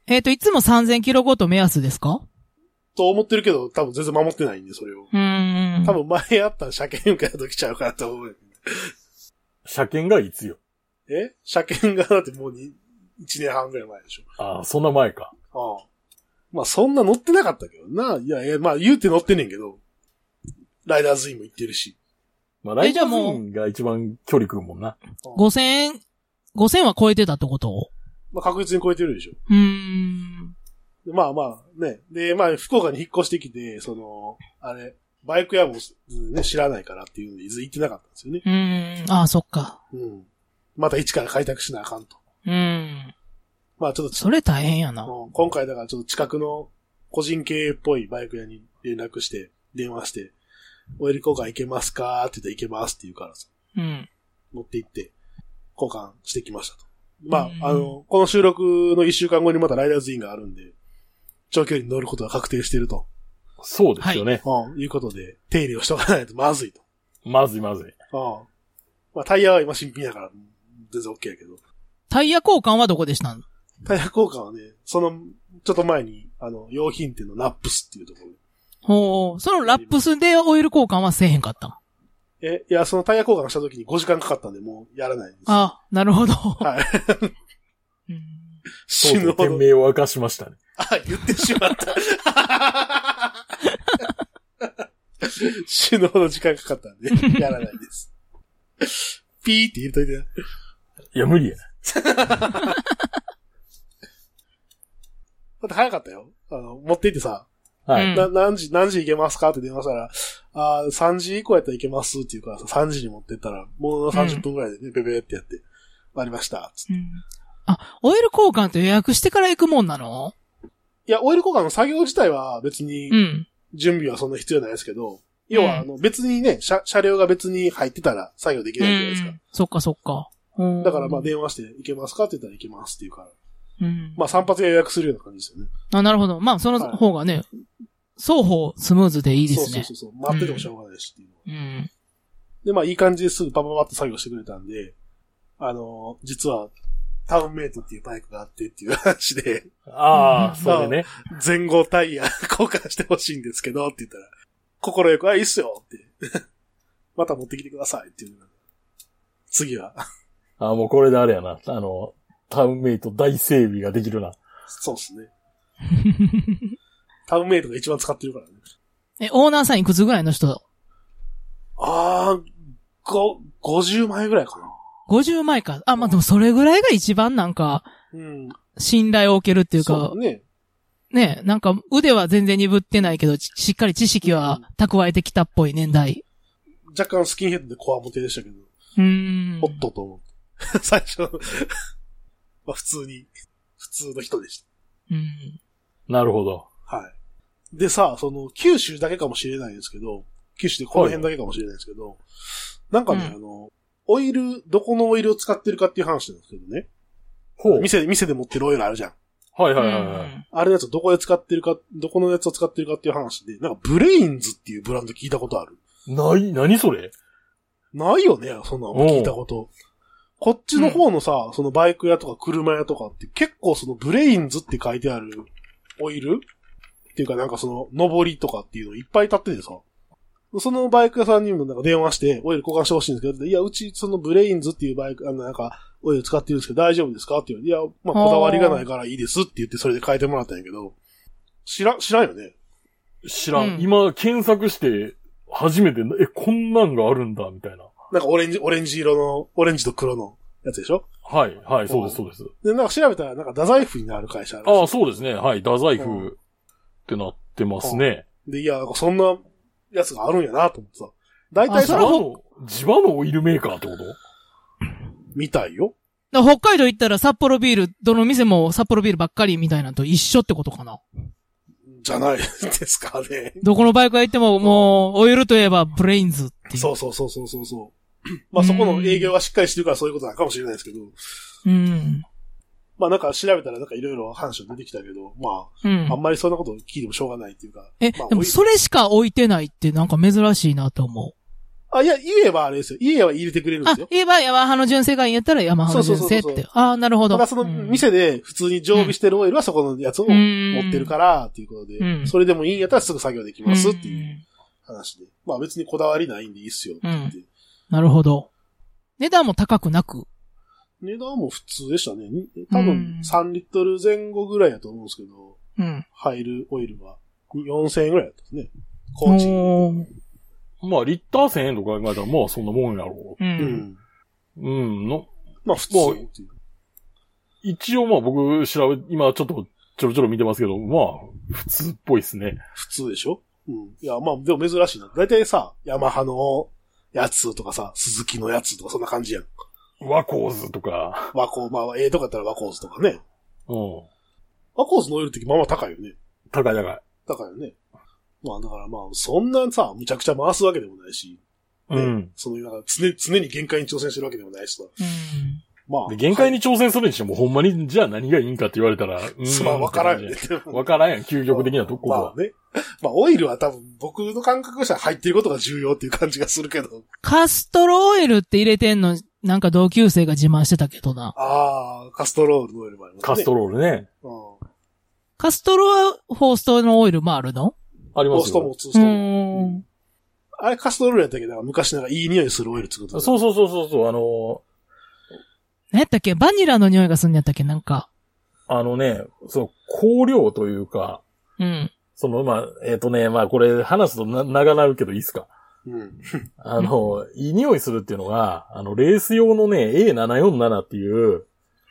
C: えっ、と、いつも3000キロごと目安ですか
B: と思ってるけど、多分全然守ってないんで、それを。
C: うーん。
B: 多分前あった車検受けた時ちゃうかなと思う。
A: 車検がいつよ。
B: え車検がだってもうに1年半ぐらい前でしょ。
A: ああ、そんな前か。
B: ああ。まあそんな乗ってなかったけどな。いやいや、まあ言うて乗ってんねんけど。ライダーズインも行ってるし。
A: まあ、ライ
C: えじ
A: ジ
C: ゃ
A: ャ
C: あもう
A: ーンが一番距離食うもんな。
C: 5000、5000は超えてたってこと
B: まあ確実に超えてるでしょ。
C: うーん。
B: でまあまあね。で、まあ福岡に引っ越してきて、その、あれ、バイク屋もね、知らないからっていうので、いず行ってなかったんですよね。
C: うーん。ああ、そっか。
B: うん。また一から開拓しなあかんと。
C: うーん。
B: まあちょっと
C: それ大変やな。
B: うん今回だからちょっと近くの個人経営っぽいバイク屋に連絡して、電話して、オイル交換行けますかって言ったら行けますって言うからさ、
C: うん。
B: 乗って行って、交換してきましたと。ま
C: うん
B: あ、あの、この収録の一週間後にまたライダーズインがあるんで、長距離に乗ることが確定してると、
A: そうですよね。
B: うん、いうことで、手入れをしとかないとまずいと。
A: まずいまずい。
B: うん。まあ、タイヤは今新品だから、全然 OK やけど。
C: タイヤ交換はどこでしたの
B: タイヤ交換はね、その、ちょっと前に、あの、用品店のラップスっていうところで
C: ほう。そのラップスでオイル交換はせえへんかった。
B: え、いや、そのタイヤ交換した時に5時間かかったんで、もうやらないです。
C: ああ、なるほど。
B: はい。
C: うん
A: そ
B: 死
A: うそ
B: ぬ
A: う、
B: ほ
A: 店
B: ど。
A: 名を明かしましたね。
B: (laughs) あ、言ってしまった。死ぬほど時間かかったんで、やらないです。ピーって入れといてな。
A: いや、無理や。
B: だって早かったよ。あの、持って行ってさ、
A: はい。
C: うん
B: な何時、何時行けますかって電話したら、あー3時以降やったら行けますっていうからさ、3時に持ってったら、ものの30分くらいでね、ベベってやって、ありました。つって
C: うんあ、オイル交換って予約してから行くもんなの
B: いや、オイル交換の作業自体は別に
C: うん。
B: 準備はそんな必要ないですけど、要は、あの、別にね、車、車両が別に入ってたら作業でき
C: う
B: ないじゃないですか
C: ん。。そっかそっか。ほう
B: だから、まあ、、電話して、行けますかって言ったら行けますっていうから。
C: うん。
B: まあ、散髪屋予約するような感じですよね。
C: あ、なるほど。まあ、その
B: はい
C: 方がね、双方スムーズでいいですね
B: そう。そうそうそう。待っててもしょうがないしっていうのは。
C: うん。
B: で、まあ、いい感じですぐパパパッと作業してくれたんで、あの、実は、タウンメイトっていうバイクがあってっていう話で、
A: あ
B: (laughs)
C: うん
A: あ、それね。
B: 前後タイヤ交換してほしいんですけどって言ったら、心よく、あ、いいっすよって。 (laughs) また持ってきてくださいっていうのが。次は、 (laughs)
A: ああ、もうこれであれやな。あの、タウンメイト大整備ができるな。
B: そうです
C: (laughs)
B: ね。タウンメイトが一番使ってるからね。
C: え、オーナーさんいくつぐらいの人
B: あー、ご、50枚ぐらいかな。
C: ?50 枚か。あ、まあ、でもそれぐらいが一番なんか、
B: うん。っ
C: 信頼を受けるっていうか、
B: ね。
C: ね、なんか腕は全然鈍ってないけど、ちしっかり知識は蓄えてきたっぽい年代。
B: 若干スキンヘッドでコアモテでしたけど、
C: うーん
B: お。っとと思って。 (laughs) 最初、まあ普通に、普通の人でし
C: うん。
A: なるほど。
B: た。はい。でさ、その、九州だけかもしれないですけど、九州でこの辺だけかもしれないですけど、なんかね、
C: うん
B: あの、オイル、どこのオイルを使ってるかっていう話なんですけどね。
A: ほう。
B: 店で、店で持ってるオイルあるじゃん。
A: はいはいはいうはい。
C: ん
B: あれのやつをどこで使ってるか、どこのやつを使ってるかっていう話で、なんかブレインズっていうブランド聞いたことある
A: ない、何それ
B: ないよね、そんなの聞いたこと。こっちの方のさ、そのバイク屋とか車屋とかって結構そのブレインズって書いてあるオイルっていうかなんかその上りとかっていうのいっぱい立っててさ。そのバイク屋さんにもなんか電話してオイル交換してほしいんですけどって、いや、うちそのブレインズっていうバイク、あのなんかオイル使ってるんですけど大丈夫ですかって言われて、いや、まあこだわりがないからいいですって言ってそれで変えてもらったんやけど、知ら、知らんよね。
A: 知らん。
C: うん
A: 今、検索して、初めて、え、こんなんがあるんだ、みたいな。
B: なんかオレンジ、オレンジ色の、オレンジと黒のやつでしょ
A: はい、はい、そうです、そうです。
B: で、なんか調べたら、なんか太宰府になる会社あるんですよ
A: ああ、そうですね。はい、太宰
B: うん
A: 府ってなってますね。
B: で、いや、なんかそんなやつがあるんやなと思ってさ。大
C: あ
B: 体
A: 地
C: そ
A: 場
C: れ
B: さ
C: は、
A: の、地場のオイルメーカーってこと
B: みたいよ。
C: だから北海道行ったら札幌ビール、どの店も札幌ビールばっかりみたいなのと一緒ってことかな。
B: じゃないですか
C: (laughs)
B: ね。
C: どこのバイクが行っても、もう、オイルといえばブレインズっていう。
B: そうそうそうそうそうそう。まあそこの営業がしっかりしてるからそういうことなのかもしれないですけど、
C: うん。
B: まあなんか調べたらなんかいろいろ話が出てきたけど、ま
C: う
B: あ、あん
C: ん。
B: まりそんなこと聞いてもしょうがないっていうか。
C: え、
B: まあ
C: でも
B: おい
C: それしか置いてないってなんか珍しいなと思
B: あ、いや、言えばあれですよ。言えば入れてくれる
C: う。
B: んで
C: あ
B: すよ、。
C: 言えばヤマハの純正がいいんやったらヤマハの純正
B: そ
C: っ
B: うそうそう
C: て。ああ、なるほ
B: た
C: ど。
B: だその店で普通に常備してるオイルはそこのやつを
C: う
B: 持
C: ん
B: ってるから、っていうことで、
C: うん
B: それでもいいんやったらすぐ作業でき
C: うん
B: ますっていう話で。まあ別にこだわりないんでいいっすよって言って。
C: なるほど。値段も高くなく。
B: 値段も普通でしたね。に多分
C: うん
B: 3リットル前後ぐらいやと思うんですけど、
C: うん。
B: 入るオイルは4000円ぐらいだったんですね。高知。
C: おー
A: まあ、リッター1000円とか考えたら、まあ、そんなもんやろ
C: う。
B: うんん。
A: う。うん、の、
B: まあ普通っていう。
A: 一応まあ僕調べ、今ちょっとちょろちょろ見てますけど、まあ、普通っぽいですね。
B: 普通でしょうん。いや、まあ、でも珍しいな。だいたいさ、ヤマハのやつとかさ、スズキのやつとかそんな感じやん。
A: ワコーズとか。
B: ワコー、まあ、ええとかやったらワコーズとかね。
A: うん。
B: ワコーズのオイルってまあまあ高いよね。
A: 高い高い。
B: 高いよね。まあ、だからまあ、そんなさ、むちゃくちゃ回すわけでもないし、ね
A: うん。
B: その、なんか常常に限界に挑戦してるわけでもないしさ。
C: うん
B: まあ
A: で、、限界に挑戦するにしても、ほんまに、じゃあ何がいいんかって言われたら、うん
B: すまあ、わからんよね。
A: わからんやん、究極的なとこ
B: ま
A: は
B: あ。ね。まあ、オイルは多分、僕の感覚としては入ってることが重要っていう感じがするけど。
C: カストロオイルって入れてんの、なんか同級生が自慢してたけどな。
B: ああ、カストロールのオイルもありますね。
A: カストロールね。
B: ロール。
C: カストロホーストのオイルもあるの
A: あり
B: うん。
A: ま
B: オス
A: す
B: ト
A: よ。
B: もツーストも。
C: ん。
B: あれカストロールやったっけど、昔なんかいい匂いするオイル作ってた。。
A: そううそうそうそうそう、あの、
C: 何やったっけバニラの匂いがするんやったっけなんか。
A: あのね、その、香料というか、
C: うん。
A: その、まあ、えっ、とね、まあ、これ、話すとな長なるけどいいっすか。
B: うん。
A: あの、いい匂いするっていうのが、あの、レース用のね、A747 っていう、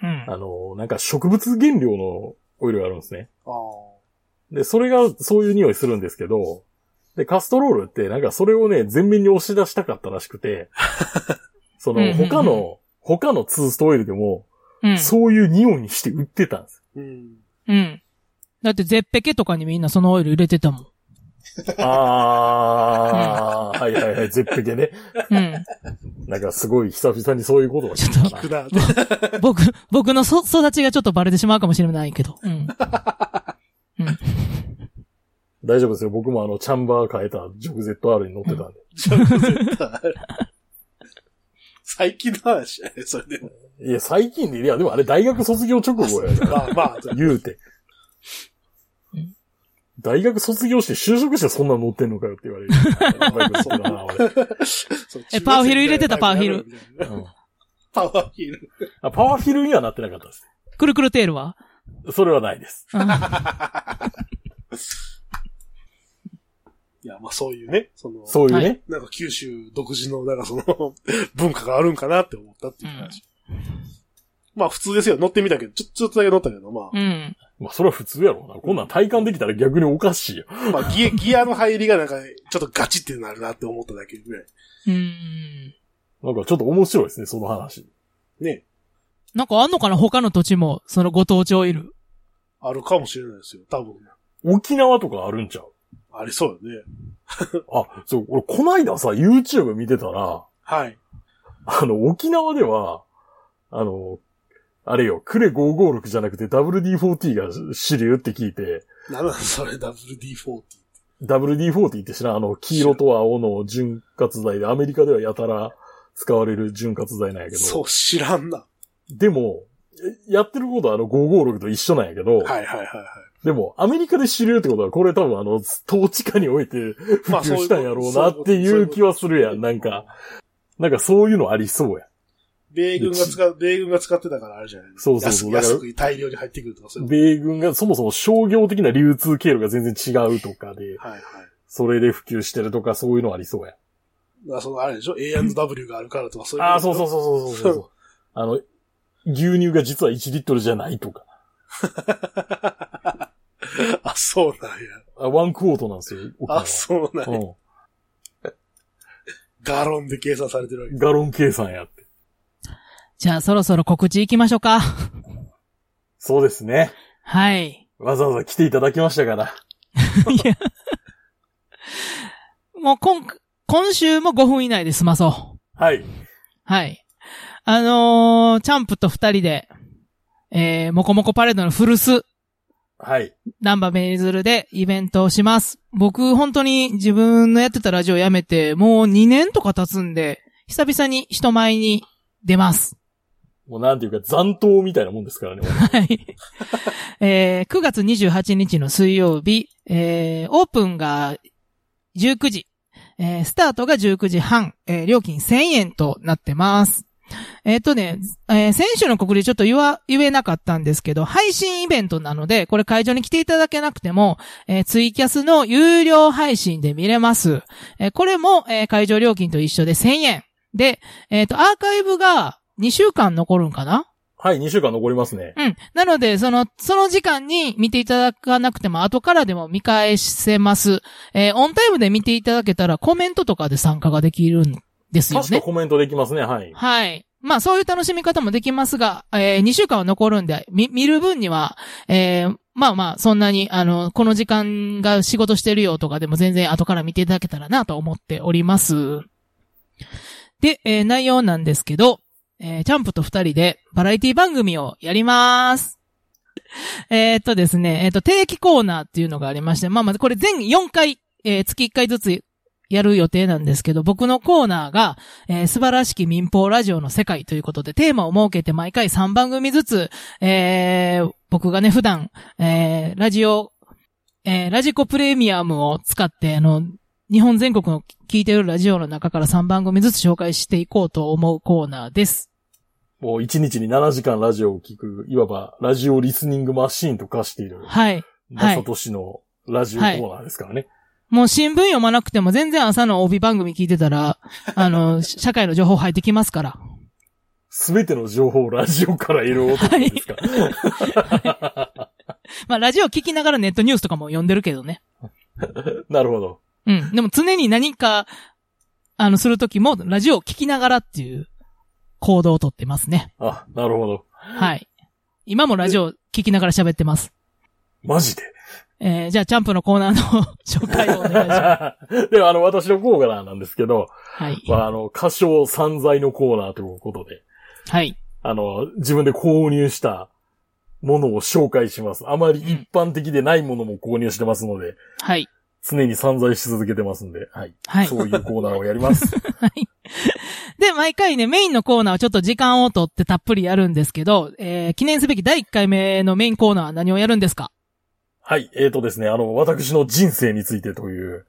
C: うん
A: あの、なんか植物原料のオイルがあるんですね。
B: ああ。
A: で、それがそういう匂いするんですけど、で、カストロールってなんかそれをね、全面に押し出したかったらしくて、 (laughs) そ
C: うんうん
A: の
C: うん
A: 他の、他のツーストオイルでも、
C: うん。
A: そういう匂いにして売ってたん
C: (laughs)
A: です。
B: うん。
C: うん。だって絶壁とかにみんなそのオイル入れてたもん。
A: あー、はいはいはい、絶壁ね。
C: (laughs) うん。
A: なんかすごい久々にそういうことが聞いたな
B: くだ、
C: 僕、僕のそ育ちがちょっとバレてしまうかもしれないけど。うん。うん。
A: 大丈夫ですよ。僕もあの、チャンバー変えたジョグ ZR に乗ってたんで。
B: 絶対ある (laughs) 最近の話やね、それで。
A: いや、最近で、いや、でもあれ大学卒業直後やから
B: まあまあ、じゃ
A: (laughs)
B: あ
A: 言うて
C: うん。
A: 大学卒業して就職してそんなの乗ってんのかよって (laughs) 言われる。バイク乗ってたな俺
B: そう
C: えパワーヒル入れてたパワーヒル。
A: うん
B: パワーヒル。
A: あパワーフィルにはなってなかったです。
C: くるくるテールは
A: それはないです。
C: うん。
B: いや、まあそういうね、その、
A: そういうね。
B: な
C: は
B: んか九州独自の、なんかその、文化があるんかなって思ったっていう話。まあ普通ですよ。乗ってみたけど、ちょ、ちょっとだけ乗ったけど、まあ、
C: うん。
A: まあ、それは普通やろうな。こんなん体感できたら逆におかしいよ。
B: まあギア、ギアの入りがなんか、ちょっとガチってなるなって思っただけぐらい。
C: うん。
A: なんかちょっと面白いですね、その話。
B: ね。
C: なんかあんのかな他の土地も、そのご当地オイル。
B: あるかもしれないですよ。多分。
A: 沖縄とかあるんちゃう
B: ありそうよね。
A: あ、そう、俺こないださ、YouTube 見てたら、
B: はい。
A: あの、沖縄では、あの、あれよ、クレ556じゃなくて WD40 が主流って聞いて、
B: なんなんそれ WD40。
A: WD40 って知らんあの、黄色と青の潤滑剤で、アメリカではやたら使われる潤滑剤なんやけど、
B: そう、知らんな。
A: でも、えやってることはあの556と一緒なんやけど、
B: はいはいはいはい。
A: でも、アメリカで主流ってことは、これ多分あの、統治下において普
B: まあ
A: 及したんやろうなって
B: そう
A: い
B: いう
A: う
B: こと
A: 気はするやん。なんか、なんかそういうのありそうや。
B: 米軍が使う、米軍が使ってたからあれじゃない
A: そうそうそう
B: 安
A: だか
B: く、
A: ら
B: 安く大量に入ってくるとかそういうこ
A: 米軍がそもそも商業的な流通経路が全然違うとかで、
B: と。はいはい。
A: それで普及してるとか、そういうのありそうや。
B: だからそのあれでしょ ?A&W があるからとかそういうこと。
A: ああ、そうそうそうそうそうそう。あの、牛乳が実は1リットルじゃないとか。
B: (laughs) あ、そうなんや。
A: あワンクォートなんですよ。沖縄
B: あ、そうなんや。
A: う
B: ガロンで計算されてるわけ
A: ん。。ガロン計算やって。
C: じゃあそろそろ告知行きましょうか。 (laughs)
A: そうですね。
C: はい。
A: わざわざ来ていただきましたから。
C: (laughs) もう今、今週も5分以内で済まそう。
A: はい。
C: はい。あのー、チャンプと二人で、えー、もこもこパレードの古巣、
A: はい。
C: ナンバメイズルでイベントをします。僕、本当に自分のやってたラジオやめて、もう2年とか経つんで、久々に人前に出ます。
A: もうなんていうか残党みたいなもんですからね。 (laughs)
C: はい。えー、9月28日の水曜日、えー、オープンが19時、えー、スタートが19時半、えー、料金1000円となってます。えっ、とね、えー、先週の告知ちょっと言わ、言えなかったんですけど、配信イベントなので、これ会場に来ていただけなくても、えーツイキャスの有料配信で見れます。えーこれも、えー会場料金と一緒で1000円。で、えっ、と、アーカイブが2週間残るんかな
A: はい、2週間残りますね。
C: うん。なので、その、その時間に見ていただかなくても、後からでも見返せます。えーオンタイムで見ていただけたら、コメントとかで参加ができるんですよ
A: 確か
C: ね。
A: コメントできますね。はい。
C: はい。まあ、そういう楽しみ方もできますが、え2週間は残るんで、み、見る分には、えーまあまあ、そんなに、あの、この時間が仕事してるよとかでも全然後から見ていただけたらなと思っております。で、えー内容なんですけど、えーチャンプと二人でバラエティ番組をやります。えーっとですね、えーっと、定期コーナーっていうのがありまして、まあまあ、これ全4回、えー月1回ずつやる予定なんですけど、僕のコーナーが、えー素晴らしき民放ラジオの世界ということで、テーマを設けて毎回3番組ずつ、えー僕がね、普段、えーラジオ、えーラジコプレミアムを使って、あの、日本全国の聞いてるラジオの中から3番組ずつ紹介していこうと思うコーナーです。
A: もう1日に7時間ラジオを聞く、いわばラジオリスニングマシーンと化している、
C: はい。
A: ナサトシのラジオコーナーですからね。
C: もう新聞読まなくても全然朝の帯番組聞いてたら、あの、社会の情報入ってきますから。
A: すべての情報をラジオから得る男ですか。
C: まあ、ラジオ聞きながらネットニュースとかも読んでるけどね。
A: (laughs) なるほど。
C: うん。でも常に何か、あの、するときも、ラジオを聞きながらっていう行動をとってますね。
A: あ、なるほど。
C: はい。今もラジオを聞きながら喋ってます。
A: マジで。
C: えー、じゃあ、チャンプのコーナーの紹介をお願い
A: (laughs)
C: します。
A: でもあの、私のコーナーなんですけど、
C: はい。
A: まあ、あの、歌唱散財のコーナーということで、
C: はい。
A: あの、自分で購入したものを紹介します。あまり一般的でないものも購入してますので、
C: はい。
A: 常に散財し続けてますんで、はい。
C: はい。 (laughs)
A: そういうコーナーをやります。
C: で、毎回ね、メインのコーナーをちょっと時間をとってたっぷりやるんですけど、えー、記念すべき第1回目のメインコーナーは何をやるんですか
A: はい。えー、とですね、あの、私の人生についてという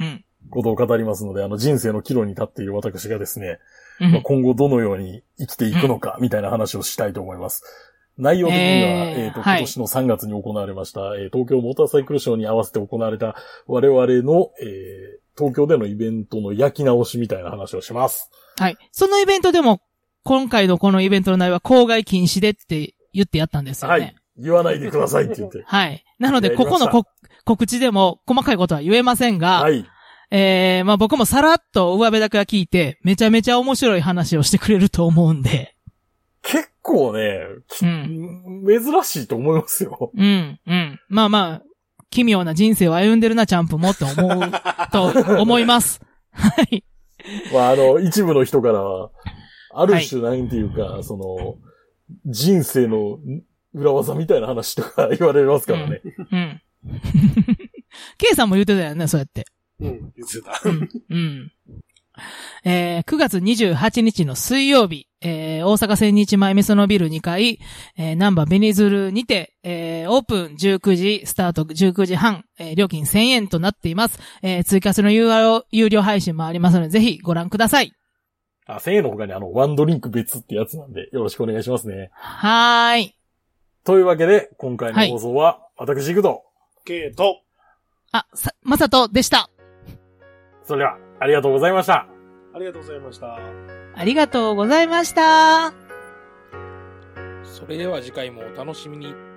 C: うん。
A: ことを語りますので、あの、人生の岐路に立っている私がですね、
C: う
A: まあ、
C: ん。
A: 今後どのように生きていくのか、みたいな話をしたいと思います。内容的には、
C: えー
A: えっ、と、
C: は
A: 今
C: い
A: 年の3月に行われました、えー東京モーターサイクルショーに合わせて行われた我々の、えー東京でのイベントの焼き直しみたいな話をします。
C: はい。そのイベントでも、今回のこのイベントの内容は公害禁止でって言ってやったんですよね。
A: はい。言わないでくださいって言
C: (laughs)
A: って。
C: はい。なので、
A: やりま
C: こ
A: した
C: このこ告知でも細かいことは言えませんが、
A: はい。
C: えー、まあ僕もさらっと上辺だけは聞いて、めちゃめちゃ面白い話をしてくれると思うんで。
A: 結構ね、き
C: うん
A: 珍しいと思いますよ。 (laughs)
C: うん、うん。まあまあ、奇妙な人生を歩んでるな、チャンプもって思う、と思い (laughs) ます。はい。
A: まあ、あの、一部の人からは、ある種なんていうか、その、人生の裏技みたいな話とか言われますからね。
C: うん。 (laughs) ケイさんも言ってたよね、そうやって。
B: うん、言ってた。
C: うん。えー9月28日の水曜日、えー大阪千日前メソのビル2階、えー、ナンバーベニズルにて、えーオープン19時、スタート19時半、えー料金1000円となっています。えー追加する URL 有料配信もありますので、ぜひご覧ください。
A: あ、1000円の他にあの、ワンドリンク別ってやつなんで、よろしくお願いしますね。
C: はーい。
A: というわけで、今回の放送は、私行くと。
B: ケイト。
C: あ、さ、まさとでした。
A: それでは、ありがとうございました。
B: ありがとうございました。
C: ありがとうございました。
D: それでは次回もお楽しみに。